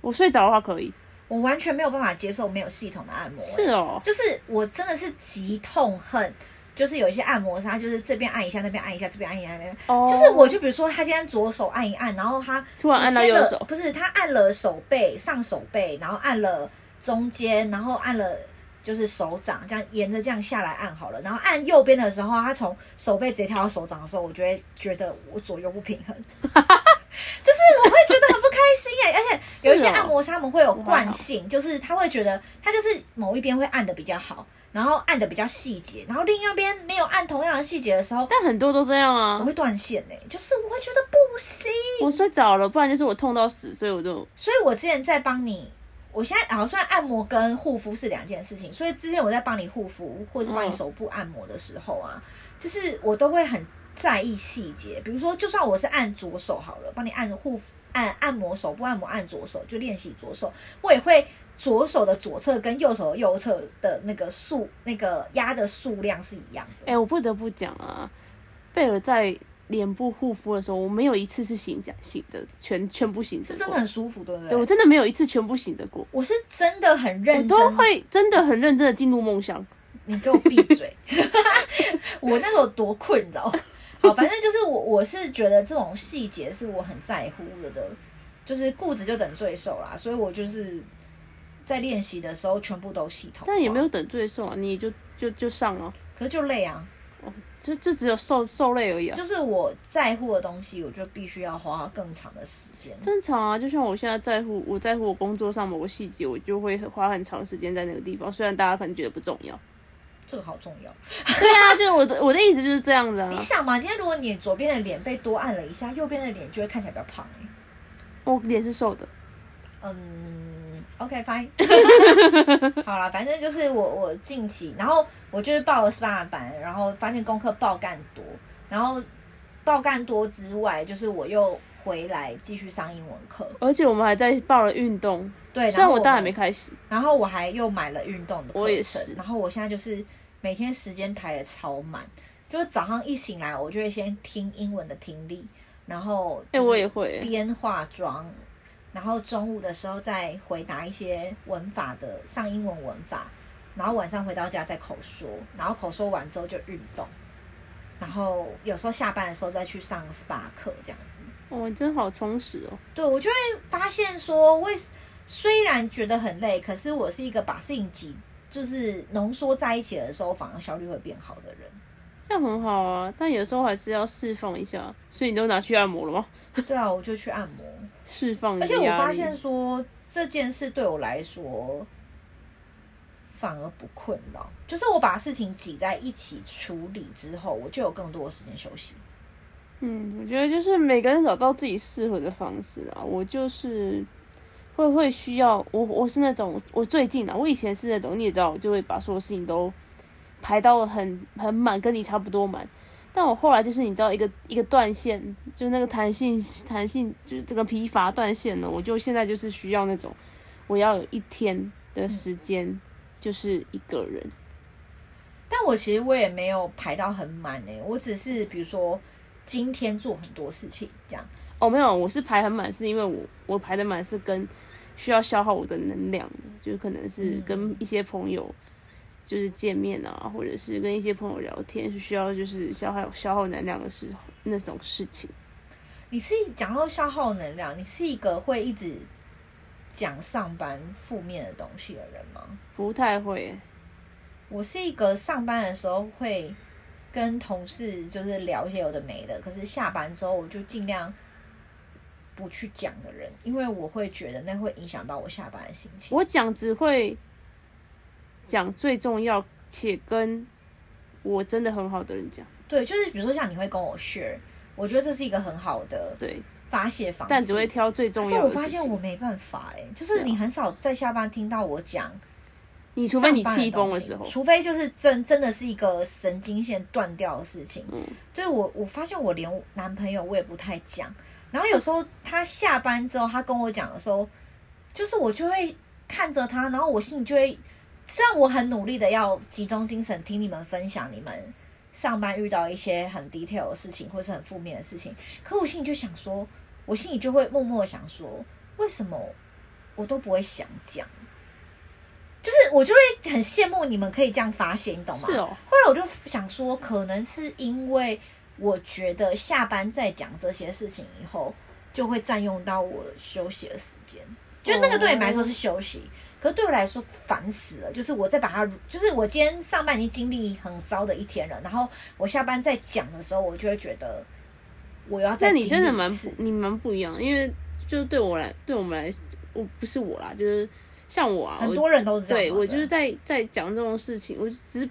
[SPEAKER 2] 我睡着的话可以，
[SPEAKER 1] 我完全没有办法接受没有系统的按摩、欸
[SPEAKER 2] 是哦，
[SPEAKER 1] 就是我真的是极痛恨，就是有一些按摩师，他就是这边按一下，那边按一下，这边按一下，那边。
[SPEAKER 2] 哦，
[SPEAKER 1] 就是我就比如说，他今天左手按一按，然后他
[SPEAKER 2] 突然按到
[SPEAKER 1] 先
[SPEAKER 2] 右
[SPEAKER 1] 了
[SPEAKER 2] 手，
[SPEAKER 1] 不是他按了手背、上手背，然后按了中间，然后按了就是手掌这样沿着这样下来按好了，然后按右边的时候，它从手背直接跳到手掌的时候，我就会觉得我左右不平衡， [laughs] 就是我会觉得很不开心哎、而且有一些
[SPEAKER 2] 是哦
[SPEAKER 1] 按摩师他们会有惯性，就是他会觉得他就是某一边会按的比较好，然后按的比较细节，然后另一边没有按同样的细节的时候，
[SPEAKER 2] 但很多都这样
[SPEAKER 1] 我
[SPEAKER 2] 啊。
[SPEAKER 1] 会断线哎、就是我会觉得不行。
[SPEAKER 2] 我睡着了，不然就是我痛到死，所以我就
[SPEAKER 1] 所以我之前在帮你，我现在好像按摩跟护肤是两件事情，所以之前我在帮你护肤或者是帮你
[SPEAKER 2] 嗯
[SPEAKER 1] 手部按摩的时候啊，就是我都会很在意细节，比如说就算我是按左手好了，帮你按护肤按按摩手部按摩按左手就练习左手，我也会。左手的左侧跟右手的右侧的那个数，那个压的数量是一样的。
[SPEAKER 2] 哎、我不得不讲啊，贝尔在脸部护肤的时候，我没有一次是醒着醒着，全全部醒着
[SPEAKER 1] 是
[SPEAKER 2] 过，
[SPEAKER 1] 真的很舒服，对不
[SPEAKER 2] 对
[SPEAKER 1] 对？
[SPEAKER 2] 我真的没有一次全部醒着过，
[SPEAKER 1] 我是真的很
[SPEAKER 2] 我
[SPEAKER 1] 认真，
[SPEAKER 2] 都会真的很认真的进入梦乡。
[SPEAKER 1] 你给我闭嘴！ [laughs] 我那时候多困扰。好，反正就是我，我是觉得这种细节是我很在乎的的，就是固执就等罪受啦。所以我就是在练习的时候全部都系统，
[SPEAKER 2] 但也没
[SPEAKER 1] 有，
[SPEAKER 2] 有等罪受啊，你就就就上了、
[SPEAKER 1] 可是就累啊，
[SPEAKER 2] 就就只有受受累而已啊。
[SPEAKER 1] 就是我在乎的东西，我就必须要花更长的时间。
[SPEAKER 2] 正常啊，就像我现在在乎，我在乎我工作上某个细节，我就会花很长时间在那个地方。虽然大家可能觉得不重
[SPEAKER 1] [laughs]
[SPEAKER 2] 要，
[SPEAKER 1] 这个好重要。
[SPEAKER 2] 对啊，就是我的我的意思就是这样子啊
[SPEAKER 1] 你。想嘛，今天如果你左边的脸被多按了一下，右边的脸就会看起来比较胖、欸。
[SPEAKER 2] 我脸是瘦的，
[SPEAKER 1] 嗯，OK
[SPEAKER 2] [laughs]
[SPEAKER 1] fine，好了，反正就是我我近期，然后我就是报了 SPA 班，然后发现功课爆干多，然后爆干多之外，就是我又回来继续上英文课，
[SPEAKER 2] 而且我们还在报了运动，
[SPEAKER 1] 对，
[SPEAKER 2] 虽然我
[SPEAKER 1] 们
[SPEAKER 2] 当然还没，开始，
[SPEAKER 1] 然后我还又买了运动的课程，
[SPEAKER 2] 我也是
[SPEAKER 1] 然后我现在就是每天时间排的超满，就是早上一醒来，我就会先听英文的听力，然后
[SPEAKER 2] 哎、
[SPEAKER 1] 就是
[SPEAKER 2] 我也会、
[SPEAKER 1] 边化妆，然后中午的时候再回答一些文法的上英文文法，然后晚上回到家再口说，然后口说完之后就运动，然后有时候下班的时候再去上 SPA 课这样子。
[SPEAKER 2] 哦，你真好充实哦。
[SPEAKER 1] 对我就会发现说，为虽然觉得很累，可是我是一个把事情挤就是浓缩在一起的时候，反而效率会变好的人。
[SPEAKER 2] 这样很好啊，但有时候还是要释放一下，所以你都拿去按摩了吗？
[SPEAKER 1] 对啊，我就去按摩。
[SPEAKER 2] 释放你
[SPEAKER 1] 而
[SPEAKER 2] 的
[SPEAKER 1] 且我
[SPEAKER 2] 压
[SPEAKER 1] 发
[SPEAKER 2] 力
[SPEAKER 1] 现说这件事对我来说反而不困扰，就是我把事情挤在一起处理之后，我就有更多的时间休息。
[SPEAKER 2] 嗯，我觉得就是每个人找到自己适合的方式啊。我就是会会需要我我是那种我最近啊，我以前是那种你也知道，我就会把所有事情都排到很很满，跟你差不多满。但我后来就是你知道一个一个断线，就是那个弹性弹性就是这个疲乏断线了。我就现在就是需要那种我要有一天的时间就是一个人，
[SPEAKER 1] 但我其实我也没有排到很满诶、我只是比如说今天做很多事情这样。
[SPEAKER 2] 哦，没有，我是排很满，是因为我我排的满是跟需要消耗我的能量的，就是可能
[SPEAKER 1] 嗯
[SPEAKER 2] 是跟一些朋友就是见面啊，或者是跟一些朋友聊天，是需要就是消耗消耗能量的时候那种事情。
[SPEAKER 1] 你是讲到消耗能量，你是一个会一直讲上班负面的东西的人吗？
[SPEAKER 2] 不太会耶，
[SPEAKER 1] 我是一个上班的时候会跟同事就是聊一些有的没的，可是下班之后我就尽量不去讲的人，因为我会觉得那会影响到我下班的心情。
[SPEAKER 2] 我讲只会讲最重要且跟我真的很好的人讲，
[SPEAKER 1] 对，就是比如说像你会跟我 share，我觉得这是一个很好的
[SPEAKER 2] 对，
[SPEAKER 1] 发泄方式。
[SPEAKER 2] 但只会挑最重
[SPEAKER 1] 可是
[SPEAKER 2] 要
[SPEAKER 1] 我
[SPEAKER 2] 的
[SPEAKER 1] 发
[SPEAKER 2] 事
[SPEAKER 1] 现
[SPEAKER 2] 情。
[SPEAKER 1] 我没办法哎、就是你很少在下班听到我讲
[SPEAKER 2] 你除非你
[SPEAKER 1] 上班
[SPEAKER 2] 气疯
[SPEAKER 1] 东
[SPEAKER 2] 的
[SPEAKER 1] 西
[SPEAKER 2] 时候，
[SPEAKER 1] 除非就是真真的是一个神经线断掉的事情。
[SPEAKER 2] 嗯
[SPEAKER 1] 所以我我发现我连男朋友我也不太讲，然后有时候他下班之后他跟我讲的时候，就是我就会看着他，然后我心里就会，虽然我很努力的要集中精神听你们分享你们上班遇到一些很 detail 的事情或是很负面的事情，可我心里就想说，我心里就会默默地想说，为什么我都不会想讲？就是我就会很羡慕你们可以这样发泄，你懂吗？
[SPEAKER 2] 是哦，
[SPEAKER 1] 后来我就想说，可能是因为我觉得下班再讲这些事情以后，就会占用到我休息的时间，就是那个对你们来说是休息，可是对我来说烦死了，就是我在把它，就是我今天上班已经经历很糟的一天了，然后我下班再讲的时候，我就会觉得我要再经
[SPEAKER 2] 但
[SPEAKER 1] 历
[SPEAKER 2] 你
[SPEAKER 1] 一次。
[SPEAKER 2] 真的蛮不你蛮不一样，因为就对我来，对我们来，我不是我啦，就是像我啊，
[SPEAKER 1] 很
[SPEAKER 2] 我
[SPEAKER 1] 多人都是这样
[SPEAKER 2] 对
[SPEAKER 1] 嘛。
[SPEAKER 2] 我就是在在讲这种事情，我只是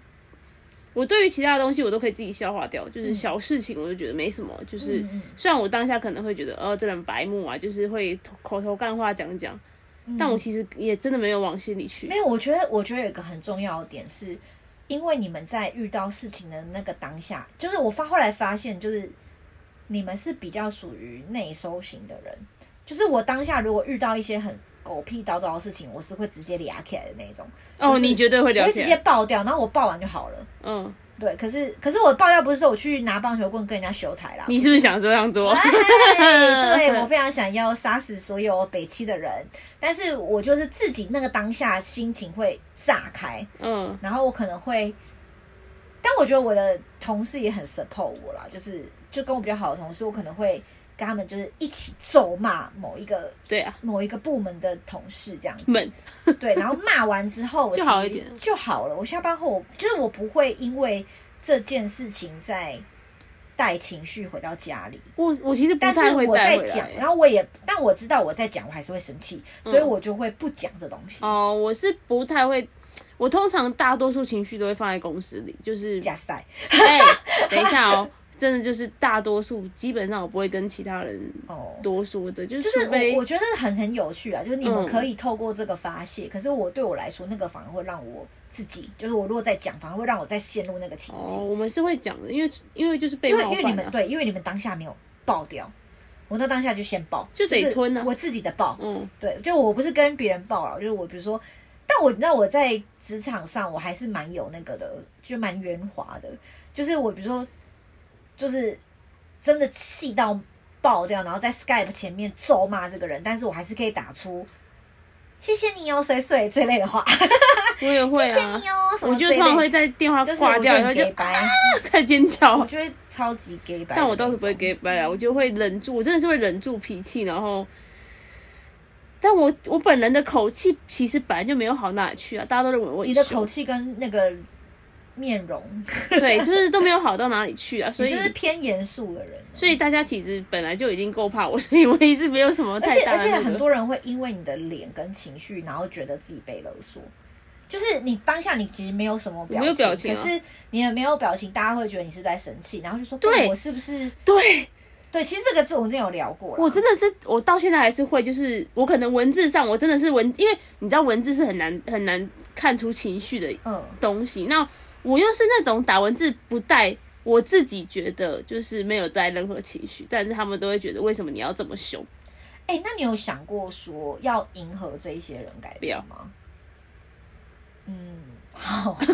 [SPEAKER 2] 我对于其他的东西我都可以自己消化掉，就是小事情我就觉得没什么，就是、
[SPEAKER 1] 嗯嗯嗯
[SPEAKER 2] 虽然我当下可能会觉得哦这人白目啊，就是会口口头干话讲讲，但我其实也真的没有往心里去
[SPEAKER 1] 嗯没。有，我觉得，我觉得有一个很重要的点是，因为你们在遇到事情的那个当下，就是我发后来发现，就是你们是比较属于内收型的人，就是我当下如果遇到一些很狗屁叨叨的事情，我是会直接俩起来的那种，
[SPEAKER 2] 哦，
[SPEAKER 1] 就是
[SPEAKER 2] 你绝对会
[SPEAKER 1] 我
[SPEAKER 2] 聊
[SPEAKER 1] 会
[SPEAKER 2] 起
[SPEAKER 1] 直接啊
[SPEAKER 2] 来，
[SPEAKER 1] 爆掉，然后我爆完就好了。
[SPEAKER 2] 嗯，
[SPEAKER 1] 对，可是可是我爆掉不是说我去拿棒球棍跟人家修台啦，
[SPEAKER 2] 你是不是想这样做？
[SPEAKER 1] 哎对我非常想要杀死所有北七的人，但是我就是自己那个当下心情会炸开，
[SPEAKER 2] 嗯，
[SPEAKER 1] 然后我可能会，但我觉得我的同事也很 support 我啦，就是就跟我比较好的同事，我可能会跟他们就是一起咒骂某一个
[SPEAKER 2] 对啊，
[SPEAKER 1] 某一个部门的同事这样子，
[SPEAKER 2] 闷，
[SPEAKER 1] 对，然后骂完之后我
[SPEAKER 2] 就好
[SPEAKER 1] 其实
[SPEAKER 2] 一点
[SPEAKER 1] 就好了。我下班后我就是我不会因为这件事情再带情绪回到家里，
[SPEAKER 2] 我我其实不
[SPEAKER 1] 但是
[SPEAKER 2] 太会
[SPEAKER 1] 我
[SPEAKER 2] 带
[SPEAKER 1] 在
[SPEAKER 2] 回
[SPEAKER 1] 讲，
[SPEAKER 2] 来。
[SPEAKER 1] 然后我也，但我知道我在讲，我还是会生气，所以我就会不讲这东西。
[SPEAKER 2] 嗯哦，我是不太会，我通常大多数情绪都会放在公司里，就是
[SPEAKER 1] 加塞 [laughs]
[SPEAKER 2] 哎、等一下哦，真的就是大多数，基本上我不会跟其他人
[SPEAKER 1] 哦，
[SPEAKER 2] 多说的，就是
[SPEAKER 1] 就是
[SPEAKER 2] 除非
[SPEAKER 1] 我我觉得很很有趣啊，就是你们
[SPEAKER 2] 嗯
[SPEAKER 1] 可以透过这个发泄，可是我对我来说，那个反而会让我自己，就是我如果在讲，反而会让我再陷入那个情
[SPEAKER 2] 哦，
[SPEAKER 1] 境，
[SPEAKER 2] 我们是会讲的，因为因为就是被
[SPEAKER 1] 因为
[SPEAKER 2] 冒
[SPEAKER 1] 因为你
[SPEAKER 2] 犯
[SPEAKER 1] 们
[SPEAKER 2] 啊，
[SPEAKER 1] 对，因为你们当下没有爆掉，我在当下就先爆，
[SPEAKER 2] 就得
[SPEAKER 1] 是
[SPEAKER 2] 吞啊
[SPEAKER 1] 我自己的爆，
[SPEAKER 2] 嗯，
[SPEAKER 1] 对，就我不是跟别人爆了，就是我比如说，但我你知道我在职场上我还是蛮有那个的，就蛮圆滑的，就是我比如说，就是真的气到爆掉，然后在 Skype 前面咒骂这个人，但是我还是可以打出。谢谢你哦，水水这类的话，
[SPEAKER 2] 我也会
[SPEAKER 1] 谢谢
[SPEAKER 2] 啊
[SPEAKER 1] 你，哦，什
[SPEAKER 2] 我
[SPEAKER 1] 么
[SPEAKER 2] 就
[SPEAKER 1] 这
[SPEAKER 2] 通
[SPEAKER 1] 类
[SPEAKER 2] 常会在电话
[SPEAKER 1] 就是我
[SPEAKER 2] 挂掉以
[SPEAKER 1] 就
[SPEAKER 2] 后
[SPEAKER 1] 很
[SPEAKER 2] 就
[SPEAKER 1] gay 白啊，
[SPEAKER 2] 开始尖
[SPEAKER 1] 我
[SPEAKER 2] 叫，
[SPEAKER 1] 就会超级 gay 白的那种。
[SPEAKER 2] [laughs] 但我倒是不会给掰啦，我就会忍住，我真的是会忍住脾气，然后。但我我本人的口气其实本来就没有好到哪里去啊，大家都认为我
[SPEAKER 1] 你
[SPEAKER 2] 一
[SPEAKER 1] 的
[SPEAKER 2] 手
[SPEAKER 1] 口气跟那个面容，
[SPEAKER 2] [laughs] 对，就是都没有好到哪里去啊，所
[SPEAKER 1] 你
[SPEAKER 2] 以
[SPEAKER 1] 就是偏严肃的人啊。
[SPEAKER 2] 所以大家其实本来就已经够怕我， [laughs] 所以我一直没有什么
[SPEAKER 1] 而
[SPEAKER 2] 呃太
[SPEAKER 1] 且
[SPEAKER 2] 大
[SPEAKER 1] 而
[SPEAKER 2] 的、
[SPEAKER 1] 且
[SPEAKER 2] 那个。
[SPEAKER 1] 很多人会因为你的脸跟情绪，然后觉得自己被勒索。就是你当下你其实没有什么表情，
[SPEAKER 2] 没有表情啊
[SPEAKER 1] 可是你也没有表情，大家会觉得你是不是在生气，然后就说
[SPEAKER 2] 对
[SPEAKER 1] 干我是不是？
[SPEAKER 2] 对
[SPEAKER 1] 对，其实这个字我们之前有聊过了。
[SPEAKER 2] 我真的是，我到现在还是会，就是我可能文字上我真的是文，因为你知道文字是很难很难看出情绪的
[SPEAKER 1] 嗯，
[SPEAKER 2] 东西。那我又是那种打文字不带，我自己觉得就是没有带任何情绪，但是他们都会觉得为什么你要这么凶？
[SPEAKER 1] 哎、那你有想过说要迎合这一些人改变吗？嗯，好， [laughs] 没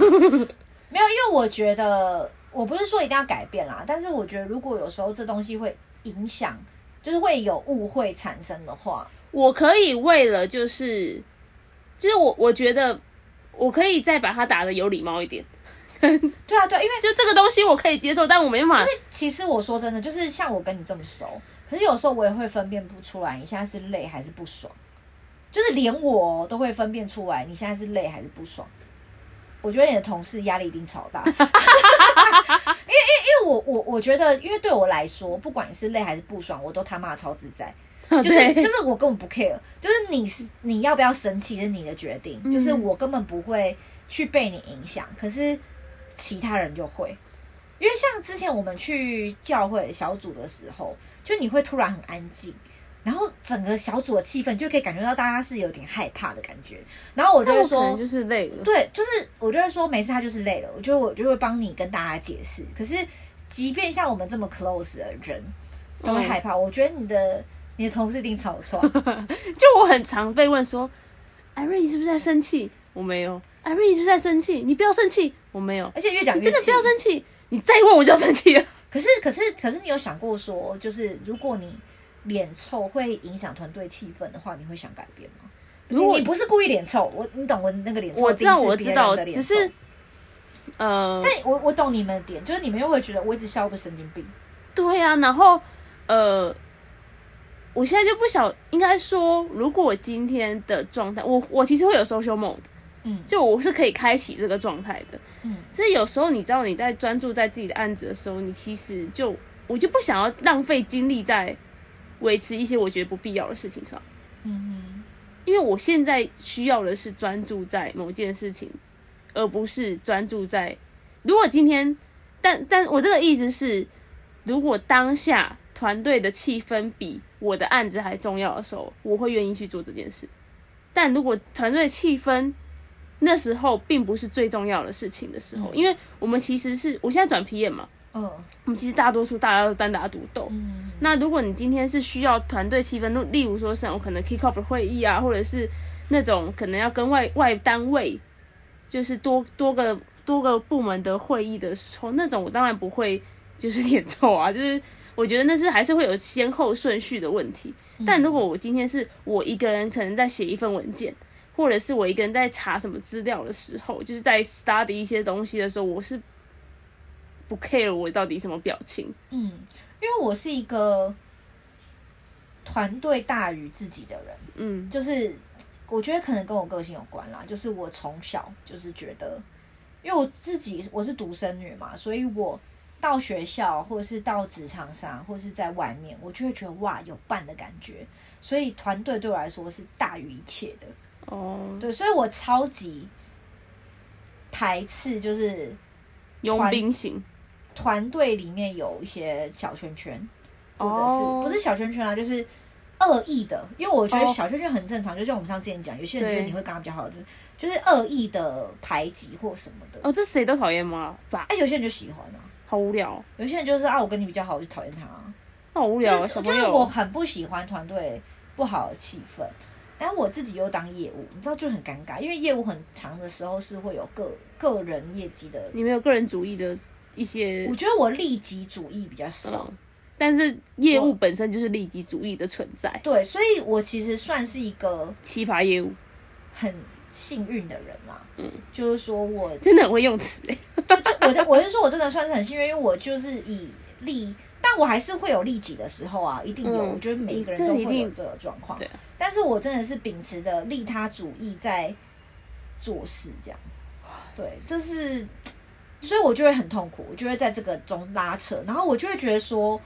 [SPEAKER 1] 有，因为我觉得我不是说一定要改变啦，但是我觉得如果有时候这东西会影响，就是会有误会产生的话，
[SPEAKER 2] 我可以为了就是，就是我我觉得我可以再把它打的有礼貌一点，
[SPEAKER 1] 对啊，对啊，因为
[SPEAKER 2] 就这个东西我可以接受，但我没办法。
[SPEAKER 1] 其实我说真的，就是像我跟你这么熟，可是有时候我也会分辨不出来你现在是累还是不爽，就是连我都会分辨出来你现在是累还是不爽。我觉得你的同事压力一定超大，因为 [laughs] 因为因为我我我觉得，因为对我来说，不管你是累还是不爽，我都他妈超自在。 [laughs] 就是
[SPEAKER 2] [laughs] 对
[SPEAKER 1] 就是我根本不 care，就是你是你要不要生气是你的决定，
[SPEAKER 2] 嗯
[SPEAKER 1] 就是我根本不会去被你影响，可是其他人就会。因为像之前我们去教会小组的时候，就你会突然很安静，然后整个小组的气氛就可以感觉到大家是有点害怕的感觉。然后我就
[SPEAKER 2] 但
[SPEAKER 1] 会
[SPEAKER 2] 我可能
[SPEAKER 1] 说，
[SPEAKER 2] 就是累了。
[SPEAKER 1] 对，就是我就会说没事，他就是累了，我就我就会帮你跟大家解释。可是即便像我们这么 close 的人，都会
[SPEAKER 2] 嗯
[SPEAKER 1] 害怕。我觉得你的你的同事一定吵
[SPEAKER 2] [laughs]
[SPEAKER 1] 错，
[SPEAKER 2] 就我很常被问说，艾瑞你是不是在生气？我没有。艾瑞你是不是在生气？你不要生气，我没有。
[SPEAKER 1] 而且越讲
[SPEAKER 2] 你
[SPEAKER 1] 越
[SPEAKER 2] 真的
[SPEAKER 1] 气
[SPEAKER 2] 不要生气，你再问我就要生气了。
[SPEAKER 1] 可是可是可是，你有想过说，就是如果你脸臭会影响团队气氛的话，你会想改变吗？
[SPEAKER 2] 如果
[SPEAKER 1] 你你不是故意脸臭，我你懂我那个脸臭，
[SPEAKER 2] [laughs] 我知道，
[SPEAKER 1] 一定是
[SPEAKER 2] 我
[SPEAKER 1] 别
[SPEAKER 2] 知
[SPEAKER 1] 人
[SPEAKER 2] 道，
[SPEAKER 1] 的脸
[SPEAKER 2] 只
[SPEAKER 1] 臭
[SPEAKER 2] 是，呃，
[SPEAKER 1] 但我我懂你们的点，就是你们又会觉得我一直笑不神经病，
[SPEAKER 2] 对啊，然后，呃，我现在就不晓，应该说，如果我今天的状态，我我其实会有 social mode，
[SPEAKER 1] 嗯
[SPEAKER 2] 就我是可以开启这个状态的。
[SPEAKER 1] 嗯，
[SPEAKER 2] 所以有时候你知道你在专注在自己的案子的时候，你其实就我就不想要浪费精力在维持一些我觉得不必要的事情上，
[SPEAKER 1] 嗯
[SPEAKER 2] 因为我现在需要的是专注在某件事情，而不是专注在。如果今天，但但我这个意思是，如果当下团队的气氛比我的案子还重要的时候，我会愿意去做这件事。但如果团队气氛那时候并不是最重要的事情的时候，因为我们其实是我现在转皮眼嘛，
[SPEAKER 1] 哼，哦，
[SPEAKER 2] 我们其实大多数大家都单打独斗。
[SPEAKER 1] 嗯
[SPEAKER 2] 那如果你今天是需要团队气氛，例例如说像我可能 kick off 的会议啊，或者是那种可能要跟外外单位，就是多多个多个部门的会议的时候，那种我当然不会就是演奏啊， [laughs] 就是我觉得那是还是会有先后顺序的问题。但如果我今天是我一个人可能在写一份文件，或者是我一个人在查什么资料的时候，就是在 study 一些东西的时候，我是不 care 我到底什么表情。
[SPEAKER 1] 嗯，因为我是一个团队大于自己的人，
[SPEAKER 2] 嗯，
[SPEAKER 1] 就是我觉得可能跟我个性有关啦，就是我从小就是觉得，因为我自己我是独生女嘛，所以我到学校或者是到职场上，或是在外面，我就会觉得哇有伴的感觉，所以团队对我来说是大于一切的。
[SPEAKER 2] 哦，
[SPEAKER 1] 对，所以我超级排斥就是
[SPEAKER 2] 佣
[SPEAKER 1] 团
[SPEAKER 2] 兵型，
[SPEAKER 1] 团队里面有一些小圈圈，或者是、
[SPEAKER 2] 哦，
[SPEAKER 1] 不是小圈圈啊，就是恶意的，因为我觉得
[SPEAKER 2] 哦
[SPEAKER 1] 小圈圈很正常，就像我们上次之前讲，有些人觉得
[SPEAKER 2] 对
[SPEAKER 1] 你会跟他比较好，就是就是恶意的排挤或什么的，
[SPEAKER 2] 哦，这谁都讨厌吗？吧，
[SPEAKER 1] 哎、有些人就喜欢啊，
[SPEAKER 2] 好无聊哦，
[SPEAKER 1] 有些人就是啊，我跟你比较好，我就讨厌他、啊，
[SPEAKER 2] 好无聊
[SPEAKER 1] 就
[SPEAKER 2] 哦，
[SPEAKER 1] 是
[SPEAKER 2] 小
[SPEAKER 1] 就
[SPEAKER 2] 朋
[SPEAKER 1] 是我
[SPEAKER 2] 友，
[SPEAKER 1] 很不喜欢团队不好的气氛。但我自己又当业务，你知道就很尴尬，因为业务很长的时候是会有个个人业绩的
[SPEAKER 2] 你没有个人主义的一些
[SPEAKER 1] 我，觉得我利己主义比较少，
[SPEAKER 2] 嗯，但是业务本身就是利己主义的存在，
[SPEAKER 1] 对，所以我其实算是一个
[SPEAKER 2] 奇葩业务
[SPEAKER 1] 很幸运的人啦。
[SPEAKER 2] 嗯，
[SPEAKER 1] 就是说我， [laughs]
[SPEAKER 2] 真的很会用词哎，
[SPEAKER 1] 就我的我是说我真的算是很幸运，因为我就是以利，但我还是会有利己的时候啊，一定有。
[SPEAKER 2] 嗯
[SPEAKER 1] 我觉得每一个人
[SPEAKER 2] 这
[SPEAKER 1] 都
[SPEAKER 2] 一
[SPEAKER 1] 会有
[SPEAKER 2] 定
[SPEAKER 1] 这个状况，
[SPEAKER 2] 对啊
[SPEAKER 1] 但是我真的是秉持着利他主义在做事，这样。对，这是，所以我就会很痛苦，我就会在这个中拉扯，然后我就会觉得说，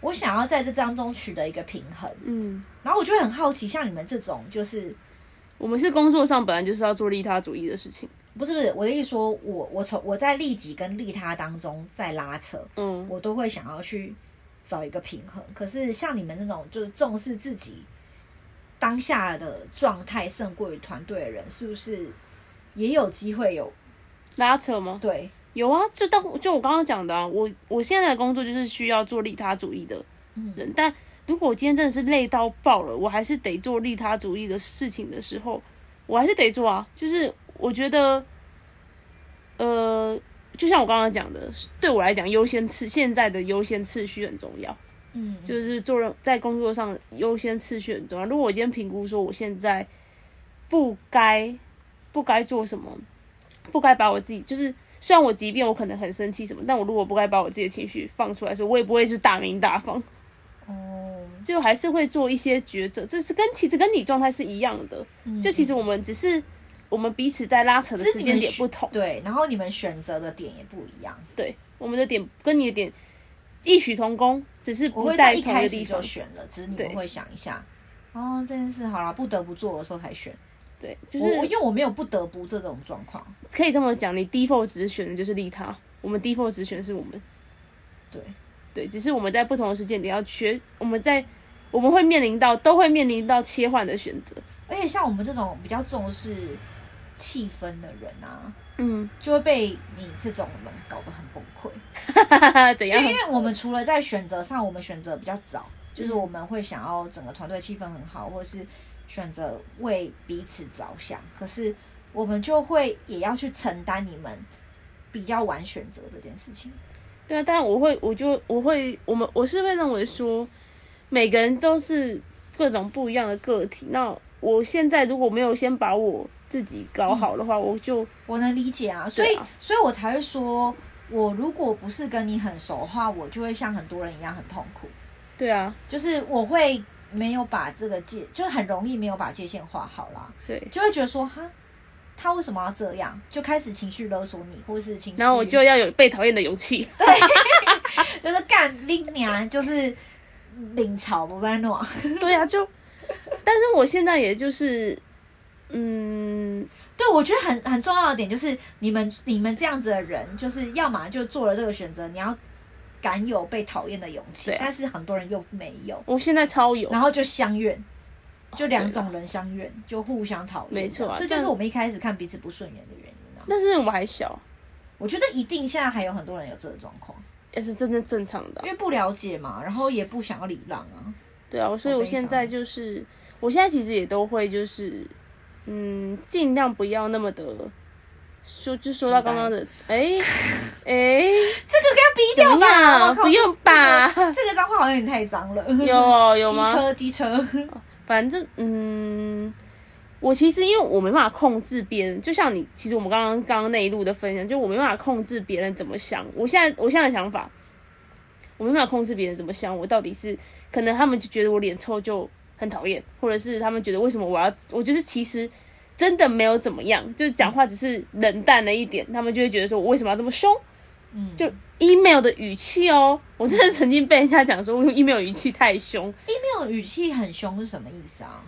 [SPEAKER 1] 我想要在这当中取得一个平衡。
[SPEAKER 2] 嗯，
[SPEAKER 1] 然后我就会很好奇，像你们这种就是
[SPEAKER 2] 我们是工作上本来就是要做利他主义的事情，
[SPEAKER 1] 不是不是我的意思说，我我从我在利己跟利他当中在拉扯，
[SPEAKER 2] 嗯，
[SPEAKER 1] 我都会想要去找一个平衡。可是像你们那种就是重视自己当下的状态胜过于团队的人，是不是也有机会有
[SPEAKER 2] 拉扯吗？
[SPEAKER 1] 对？
[SPEAKER 2] 有啊，就当就我刚刚讲的啊，我我现在的工作就是需要做利他主义的
[SPEAKER 1] 嗯
[SPEAKER 2] 人，但如果我今天真的是累到爆了，我还是得做利他主义的事情的时候，我还是得做啊。就是我觉得，呃，就像我刚刚讲的，对我来讲，优先次现在的优先次序很重要，
[SPEAKER 1] 嗯，
[SPEAKER 2] 就是做任在工作上优先次序很重要。如果我今天评估说我现在不该不该做什么，不该把我自己就是。虽然我即便我可能很生气什么，但我如果不该把我自己的情绪放出来的时候，我也不会是大鸣大放。
[SPEAKER 1] 哦，
[SPEAKER 2] 就还是会做一些抉择，这是跟其实跟你状态是一样的。
[SPEAKER 1] 嗯
[SPEAKER 2] 就其实我们只是我们彼此在拉扯的时间点不同，
[SPEAKER 1] 对，然后你们选择的点也不一样。
[SPEAKER 2] 对我们的点跟你的点异曲同工，只是
[SPEAKER 1] 我
[SPEAKER 2] 不
[SPEAKER 1] 会在一
[SPEAKER 2] 同一
[SPEAKER 1] 开
[SPEAKER 2] 个
[SPEAKER 1] 始
[SPEAKER 2] 地
[SPEAKER 1] 就
[SPEAKER 2] 方。
[SPEAKER 1] 选了，只是你们
[SPEAKER 2] 对
[SPEAKER 1] 会想一下，哦，这件事好了，不得不做的时候才选。
[SPEAKER 2] 对，就
[SPEAKER 1] 我我因
[SPEAKER 2] 是
[SPEAKER 1] 为我没有不得不这种状况，
[SPEAKER 2] 可以这么讲，你 default 只是选的就是利他，我们 default 只选的是我们。
[SPEAKER 1] 对，
[SPEAKER 2] 对，只是我们在不同的时间点要缺，我们在我们会面临到都会面临到切换的选择。
[SPEAKER 1] 而且像我们这种比较重视气氛的人啊，
[SPEAKER 2] 嗯，
[SPEAKER 1] 就会被你这种人搞得很崩溃，
[SPEAKER 2] 哈哈， [laughs] 怎样
[SPEAKER 1] 因？为我们除了在选择上，我们选择比较早，就是我们会想要整个团队气氛很好，或是选择为彼此着想，可是我们就会也要去承担你们比较晚选择这件事情。
[SPEAKER 2] 对啊，但我会，我就我会，我们我是会认为说，每个人都是各种不一样的个体。那我现在如果没有先把我自己搞好的话，我就
[SPEAKER 1] 我能理解啊，所以、
[SPEAKER 2] 对啊
[SPEAKER 1] 所以我才会说，我如果不是跟你很熟的话，我就会像很多人一样很痛苦，
[SPEAKER 2] 对啊，
[SPEAKER 1] 就是我会没有把这个界，就是很容易没有把界限画好啦，
[SPEAKER 2] 对，
[SPEAKER 1] 就会觉得说哈，他为什么要这样？就开始情绪勒索你，或是情绪，
[SPEAKER 2] 然后我就要有被讨厌的勇气。
[SPEAKER 1] 就是干拎娘，就是领草不班诺，
[SPEAKER 2] [laughs] 对啊，就，但是我现在也就是，嗯，
[SPEAKER 1] [laughs] 对，我觉得很很重要的点就是，你们你们这样子的人，就是要么就做了这个选择，你要敢有被讨厌的勇气，
[SPEAKER 2] 对啊
[SPEAKER 1] 但是很多人又没有，
[SPEAKER 2] 我现在超有，
[SPEAKER 1] 然后就相怨，就两
[SPEAKER 2] 对啦
[SPEAKER 1] 种人相怨，就互相讨厌，
[SPEAKER 2] 没错啊
[SPEAKER 1] 这就是
[SPEAKER 2] 但
[SPEAKER 1] 我们一开始看彼此不顺眼的原因啊。
[SPEAKER 2] 但是我还小，
[SPEAKER 1] 我觉得一定现在还有很多人有这个状况，
[SPEAKER 2] 也是真正正常的啊、
[SPEAKER 1] 因为不了解嘛，然后也不想要礼让啊，
[SPEAKER 2] 对啊，所以
[SPEAKER 1] 好
[SPEAKER 2] 我
[SPEAKER 1] 悲
[SPEAKER 2] 现
[SPEAKER 1] 伤
[SPEAKER 2] 在就是，我现在其实也都会就是，嗯，尽量不要那么的，说就说到刚刚的，哎哎，
[SPEAKER 1] [laughs] 这
[SPEAKER 2] 怎
[SPEAKER 1] 个给他逼掉
[SPEAKER 2] 么
[SPEAKER 1] 吧，我
[SPEAKER 2] 样？
[SPEAKER 1] 靠
[SPEAKER 2] 不用吧？
[SPEAKER 1] 这个脏话好像有点太脏了，
[SPEAKER 2] 有哦有
[SPEAKER 1] [laughs] 机
[SPEAKER 2] 吗？
[SPEAKER 1] 车机车，
[SPEAKER 2] 反正嗯，我其实因为我没办法控制别人，就像你，其实我们刚刚刚刚那一路的分享，就我没办法控制别人怎么想。我现在我现在的想法，我没办法控制别人怎么想，我到底是可能他们就觉得我脸臭就很讨厌，或者是他们觉得为什么我要，我就是其实。真的没有怎么样，就是讲话只是冷淡了一点，他们就会觉得说我为什么要这么凶？
[SPEAKER 1] 嗯，
[SPEAKER 2] 就 email 的语气哦，我真的曾经被人家讲说我用 email 语气太凶，
[SPEAKER 1] 没 E 有语气很凶是什么意思啊？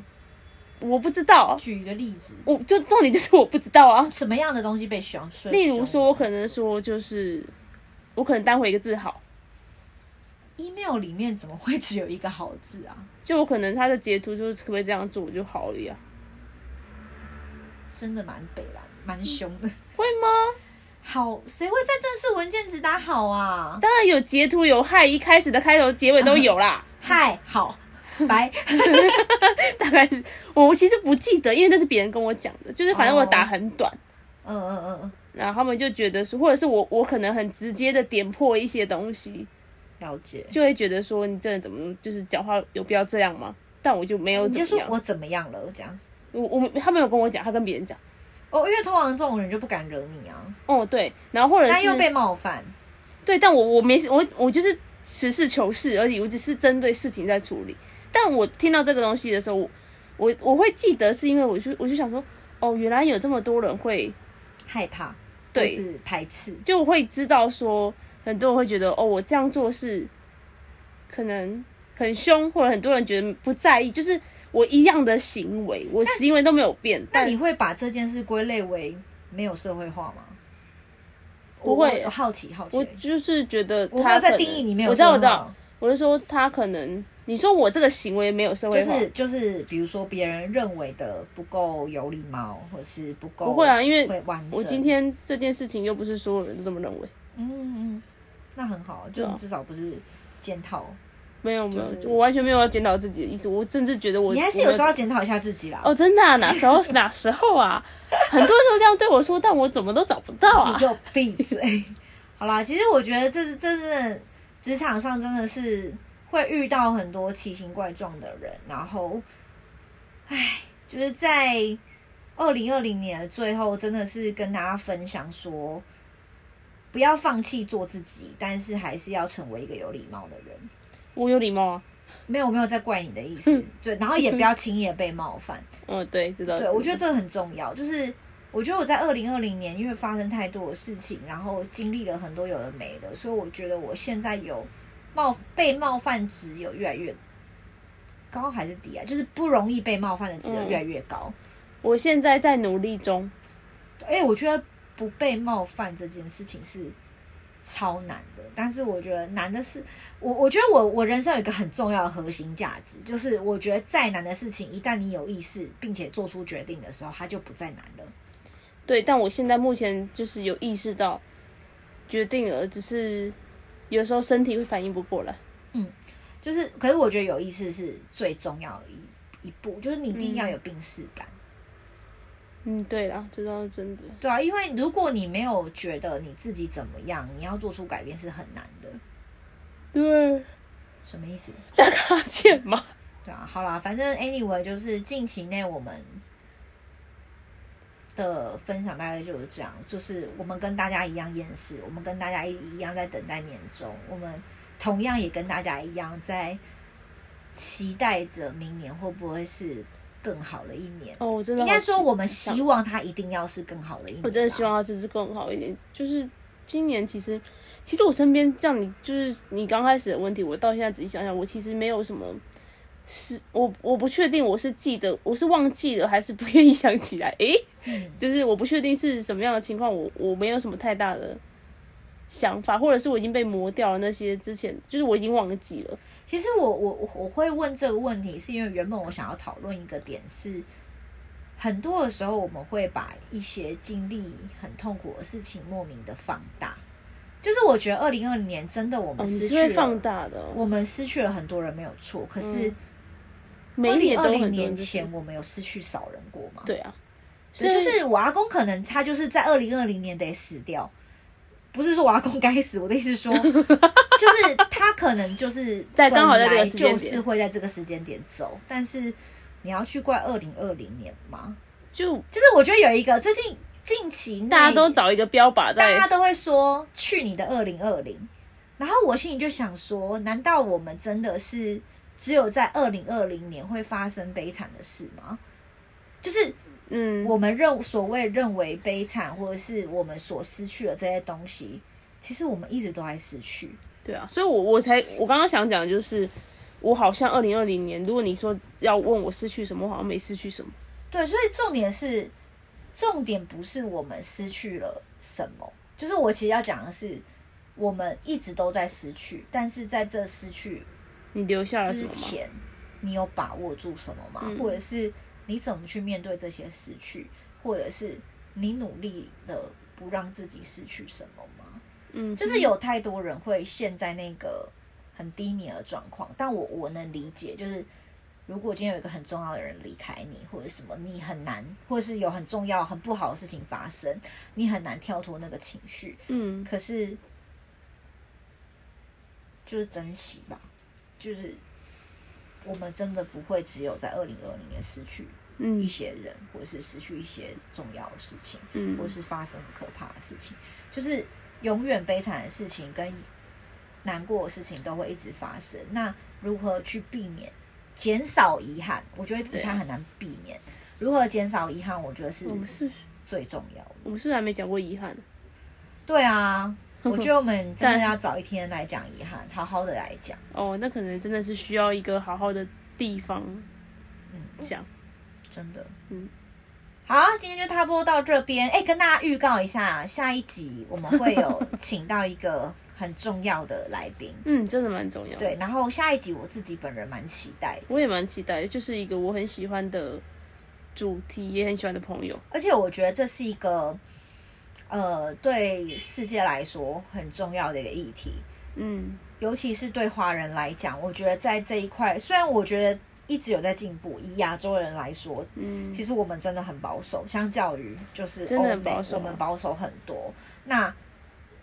[SPEAKER 2] 我不知道，
[SPEAKER 1] 举一个例子，
[SPEAKER 2] 我就重点就是我不知道
[SPEAKER 1] [laughs]
[SPEAKER 2] 啊。
[SPEAKER 1] 什么样的东西被凶？所以
[SPEAKER 2] 例如
[SPEAKER 1] 凶
[SPEAKER 2] 说，我可能说就是，我可能单回一个字好，
[SPEAKER 1] ，email E 里面怎么会只有一个好字啊？
[SPEAKER 2] 就我可能他的截图就是可不可以这样做就好了呀？
[SPEAKER 1] 真的蛮北蓝，蛮凶的。
[SPEAKER 2] 会吗？
[SPEAKER 1] 好，谁会在正式文件只打好啊？
[SPEAKER 2] 当然有截图有嗨，一开始的开头结尾都
[SPEAKER 1] [laughs]
[SPEAKER 2] 有啦。
[SPEAKER 1] 嗨，好，
[SPEAKER 2] [laughs]
[SPEAKER 1] 拜。
[SPEAKER 2] 大概是我其实不记得，因为那是别人跟我讲的，就是反正我
[SPEAKER 1] 哦
[SPEAKER 2] 打很短。
[SPEAKER 1] 嗯嗯嗯嗯，
[SPEAKER 2] 然后他们就觉得说，或者是我我可能很直接的点破一些东西，
[SPEAKER 1] 了解。
[SPEAKER 2] 就会觉得说你这人怎么就是讲话有必要这样吗？但我就没有
[SPEAKER 1] 你
[SPEAKER 2] 怎
[SPEAKER 1] 就
[SPEAKER 2] 么
[SPEAKER 1] 说
[SPEAKER 2] 样，
[SPEAKER 1] 我怎么样了这样？
[SPEAKER 2] 我我他没有跟我讲，他跟别人讲。
[SPEAKER 1] 哦，因为通常这种人就不敢惹你啊，
[SPEAKER 2] 哦，对，然后或者是
[SPEAKER 1] 但又被冒犯。
[SPEAKER 2] 对，但我我没事我我就是实事求是，而且我只是针对事情在处理。但我听到这个东西的时候，我我我会记得，是因为我就我就想说，哦，原来有这么多人会，
[SPEAKER 1] 害怕，
[SPEAKER 2] 对
[SPEAKER 1] 或是排斥，
[SPEAKER 2] 就会知道说，很多人会觉得，哦，我这样做是可能很凶，或者很多人觉得不在意，就是我一样的行为，我行为都没有变，
[SPEAKER 1] 那
[SPEAKER 2] 但
[SPEAKER 1] 你会把这件事归类为没有社会化吗？
[SPEAKER 2] 不会
[SPEAKER 1] 我我好奇好奇
[SPEAKER 2] 我，就是觉得
[SPEAKER 1] 我没
[SPEAKER 2] 他
[SPEAKER 1] 有
[SPEAKER 2] 可
[SPEAKER 1] 在
[SPEAKER 2] 能
[SPEAKER 1] 定义你没有
[SPEAKER 2] 我知
[SPEAKER 1] 社会化
[SPEAKER 2] 道我知道，我是说他可能。你说我这个行为没有社会
[SPEAKER 1] 就
[SPEAKER 2] 化，
[SPEAKER 1] 是就是，比如说别人认为的不够有礼貌，或是不够
[SPEAKER 2] 不会啊，因为
[SPEAKER 1] 会完整。
[SPEAKER 2] 我今天这件事情又不是所有人都这么认为，
[SPEAKER 1] 嗯嗯，那很好，就
[SPEAKER 2] 对啊
[SPEAKER 1] 你至少不是检讨，
[SPEAKER 2] 没有没有，
[SPEAKER 1] 就是
[SPEAKER 2] 我完全没有要检讨自己的意思，我甚至觉得我
[SPEAKER 1] 你还是有时候
[SPEAKER 2] 我
[SPEAKER 1] 要检讨一下自己啦。
[SPEAKER 2] 哦，真的、啊、哪时候 [laughs] 哪时候啊，很多人都这样对我说，但我怎么都找不到
[SPEAKER 1] 你
[SPEAKER 2] 啊
[SPEAKER 1] 给。我闭嘴！好啦，其实我觉得这是这真的职场上真的是会遇到很多奇形怪状的人，然后，唉，就是在二零二零年的最后，真的是跟大家分享说，不要放弃做自己，但是还是要成为一个有礼貌的人。
[SPEAKER 2] [laughs] 我有礼貌啊，
[SPEAKER 1] 没有没有在怪你的意思，对，然后也不要轻易的被冒犯。
[SPEAKER 2] 嗯，对，知道。
[SPEAKER 1] 对，
[SPEAKER 2] 知道
[SPEAKER 1] 我觉得这个很重要。就是我觉得我在二零二零年因为发生太多的事情，然后经历了很多有的没的，所以我觉得我现在有冒被冒犯值有越来越高还是低啊？就是不容易被冒犯的值有越来越高。
[SPEAKER 2] 我现在在努力中，
[SPEAKER 1] 哎、我觉得不被冒犯这件事情是超难的，但是我觉得难的是，我我觉得我我人生有一个很重要的核心价值，就是我觉得再难的事情，一旦你有意识并且做出决定的时候，它就不再难了。
[SPEAKER 2] 对，但我现在目前就是有意识到决定了，只是有时候身体会反应不过来。
[SPEAKER 1] 就是，可是我觉得有意识是最重要的一一步，就是你一定要有病视感，
[SPEAKER 2] 嗯，对啦，知道真的。
[SPEAKER 1] 对啊，因为如果你没有觉得你自己怎么样，你要做出改变是很难的。
[SPEAKER 2] [laughs] 对，
[SPEAKER 1] 什么意思？
[SPEAKER 2] 打哈欠嘛。
[SPEAKER 1] 对啊，好啦，反正 anyway 就是近期内我们的分享大概就是这样，就是我们跟大家一样厌世，我们跟大家一一样在等待年终，我们同样也跟大家一样在期待着明年会不会是更好的一年。
[SPEAKER 2] 哦，我真的
[SPEAKER 1] 应
[SPEAKER 2] 好
[SPEAKER 1] 该说，
[SPEAKER 2] 希
[SPEAKER 1] 我们希望它一定要是更好的一年吧。
[SPEAKER 2] 我真的希望它只是更好一点。就是今年其实，其实我身边这样你，就是你刚开始的问题，我到现在仔细想想，我其实没有什么是，我我不确定我是记得，我是忘记了还是不 [laughs] 愿意想起来。诶、
[SPEAKER 1] 嗯
[SPEAKER 2] 就是我不确定是什么样的情况，我我没有什么太大的想法，或者是我已经被磨掉了那些之前，就是我已经忘记了。
[SPEAKER 1] 其实我我我我会问这个问题，是因为原本我想要讨论一个点是，很多的时候我们会把一些经历很痛苦的事情莫名的放大，就是我觉得二零二零年真的我
[SPEAKER 2] 哦，
[SPEAKER 1] 们
[SPEAKER 2] 你
[SPEAKER 1] 失
[SPEAKER 2] 是
[SPEAKER 1] 去
[SPEAKER 2] 会
[SPEAKER 1] 了，
[SPEAKER 2] 放大的哦、
[SPEAKER 1] 我们失去了很多人没有错，可是
[SPEAKER 2] 嗯每
[SPEAKER 1] 二
[SPEAKER 2] 一
[SPEAKER 1] 零
[SPEAKER 2] 年都
[SPEAKER 1] 二
[SPEAKER 2] 很多
[SPEAKER 1] 零
[SPEAKER 2] 人
[SPEAKER 1] 年
[SPEAKER 2] 就是
[SPEAKER 1] 前我们有失去少人过吗？
[SPEAKER 2] 对啊，所
[SPEAKER 1] 对，
[SPEAKER 2] 以
[SPEAKER 1] 就是我阿公可能他就是在二零二零年得死掉，不是说我阿公该死，我的意思是
[SPEAKER 2] [laughs]
[SPEAKER 1] 说，就是他可能就是
[SPEAKER 2] 在刚好在这
[SPEAKER 1] 本
[SPEAKER 2] 个
[SPEAKER 1] 来
[SPEAKER 2] 时间点
[SPEAKER 1] 就是会在这个时间点走，但是你要去怪二零二零年吗？
[SPEAKER 2] 就
[SPEAKER 1] 就是我觉得有一个最近近期内
[SPEAKER 2] 大家都找一个标靶
[SPEAKER 1] 大
[SPEAKER 2] 在
[SPEAKER 1] 家都会说去你的二零二零，然后我心里就想说，难道我们真的是只有在二零二零年会发生悲惨的事吗？就是
[SPEAKER 2] 嗯，
[SPEAKER 1] 我们认所谓认为悲惨，或者是我们所失去的这些东西，其实我们一直都在失去。
[SPEAKER 2] 对啊，所以我我才我刚刚想讲的就是，我好像二零二零年，如果你说要问我失去什么，我好像没失去什么。
[SPEAKER 1] 对，所以重点是，重点不是我们失去了什么，就是我其实要讲的是，我们一直都在失去，但是在这失去
[SPEAKER 2] 你留下了什
[SPEAKER 1] 之
[SPEAKER 2] 么吗？
[SPEAKER 1] 前，你有把握住什么吗？
[SPEAKER 2] 嗯
[SPEAKER 1] 或者是你怎么去面对这些失去，或者是你努力的不让自己失去什么吗？
[SPEAKER 2] 嗯，
[SPEAKER 1] 就是有太多人会陷在那个很低迷的状况，但我我能理解，就是如果今天有一个很重要的人离开你，或者什么，你很难，或者是有很重要、很不好的事情发生，你很难跳脱那个情绪。
[SPEAKER 2] 嗯，
[SPEAKER 1] 可是，就是珍惜吧，就是我们真的不会只有在二零二零年失去一
[SPEAKER 2] 嗯
[SPEAKER 1] 些人，或者是失去一些重要的事情。
[SPEAKER 2] 嗯
[SPEAKER 1] 或是发生很可怕的事情，就是永远悲惨的事情跟难过的事情都会一直发生。那如何去避免、减少遗憾？我觉得
[SPEAKER 2] 对
[SPEAKER 1] 遗
[SPEAKER 2] 啊
[SPEAKER 1] 憾很难避免。如何减少遗憾，我觉得是
[SPEAKER 2] 我们是，
[SPEAKER 1] 最重要的。
[SPEAKER 2] 我们是不是还没讲过遗憾？
[SPEAKER 1] 对
[SPEAKER 2] [laughs]
[SPEAKER 1] 啊，我觉得我们真的
[SPEAKER 2] 但
[SPEAKER 1] 要找一天来讲遗憾，好好的来讲。
[SPEAKER 2] 哦，那可能真的是需要一个好好的地方
[SPEAKER 1] 嗯，
[SPEAKER 2] 讲。
[SPEAKER 1] 真的，
[SPEAKER 2] 嗯。
[SPEAKER 1] 好，今天就差不多到这边。哎、跟大家预告一下，下一集我们会
[SPEAKER 2] [laughs]
[SPEAKER 1] 有请到一个很重要的来宾。
[SPEAKER 2] 嗯，真的蛮重要。，
[SPEAKER 1] 对，然后下一集我自己本人蛮期待的，
[SPEAKER 2] 我也蛮期待，就是一个我很喜欢的主题，也很喜欢的朋友。
[SPEAKER 1] 而且我觉得这是一个，呃，对世界来说很重要的一个议题，
[SPEAKER 2] 嗯，
[SPEAKER 1] 尤其是对华人来讲，我觉得在这一块，虽然我觉得一直有在进步，以亚洲人来说，
[SPEAKER 2] 嗯
[SPEAKER 1] 其实我们真的很保守，相较于就是
[SPEAKER 2] 真的很
[SPEAKER 1] 欧美
[SPEAKER 2] 保守啊
[SPEAKER 1] 我们保守很多。那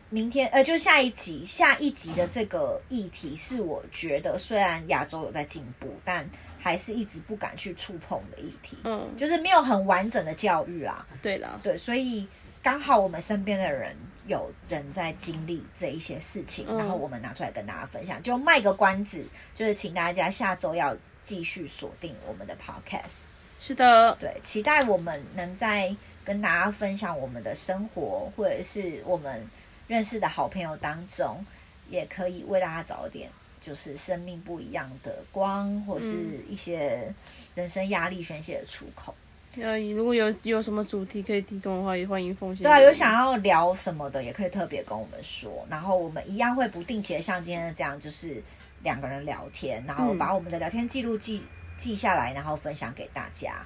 [SPEAKER 1] 明天呃，就下一集，下一集的这个议题是我觉得虽然亚洲有在进步，但还是一直不敢去触碰的议题，
[SPEAKER 2] 嗯，
[SPEAKER 1] 就是没有很完整的教育啦。
[SPEAKER 2] 对啦，
[SPEAKER 1] 对，所以刚好我们身边的人有人在经历这一些事情，
[SPEAKER 2] 嗯
[SPEAKER 1] 然后我们拿出来跟大家分享，就卖个关子，就是请大家下周要继续锁定我们的 podcast。
[SPEAKER 2] 是的，
[SPEAKER 1] 对，期待我们能再跟大家分享我们的生活，或者是我们认识的好朋友当中，也可以为大家找点就是生命不一样的光，或是一些人生压力宣泄的出口。
[SPEAKER 2] 呃，如果有有什么主题可以提供的话，也欢迎奉献。
[SPEAKER 1] 对啊，有想要聊什么的，也可以特别跟我们说，然后我们一样会不定期的像今天这样，就是两个人聊天，然后
[SPEAKER 2] 嗯
[SPEAKER 1] 把我们的聊天记录记记下来，然后分享给大家。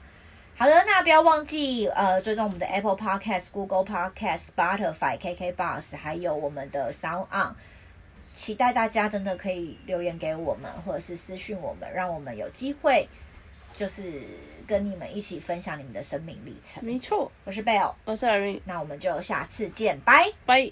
[SPEAKER 1] 好的，那不要忘记呃，追踪我们的 Apple Podcast、Google Podcast、Spotify、KK Bus，还有我们的 Sound On。期待大家真的可以留言给我们，或者是私讯我们，让我们有机会就是跟你们一起分享你们的生命历程。
[SPEAKER 2] 没错，
[SPEAKER 1] 我是 Bell。
[SPEAKER 2] 我是 Irene，
[SPEAKER 1] 那我们就下次见，拜。
[SPEAKER 2] 拜。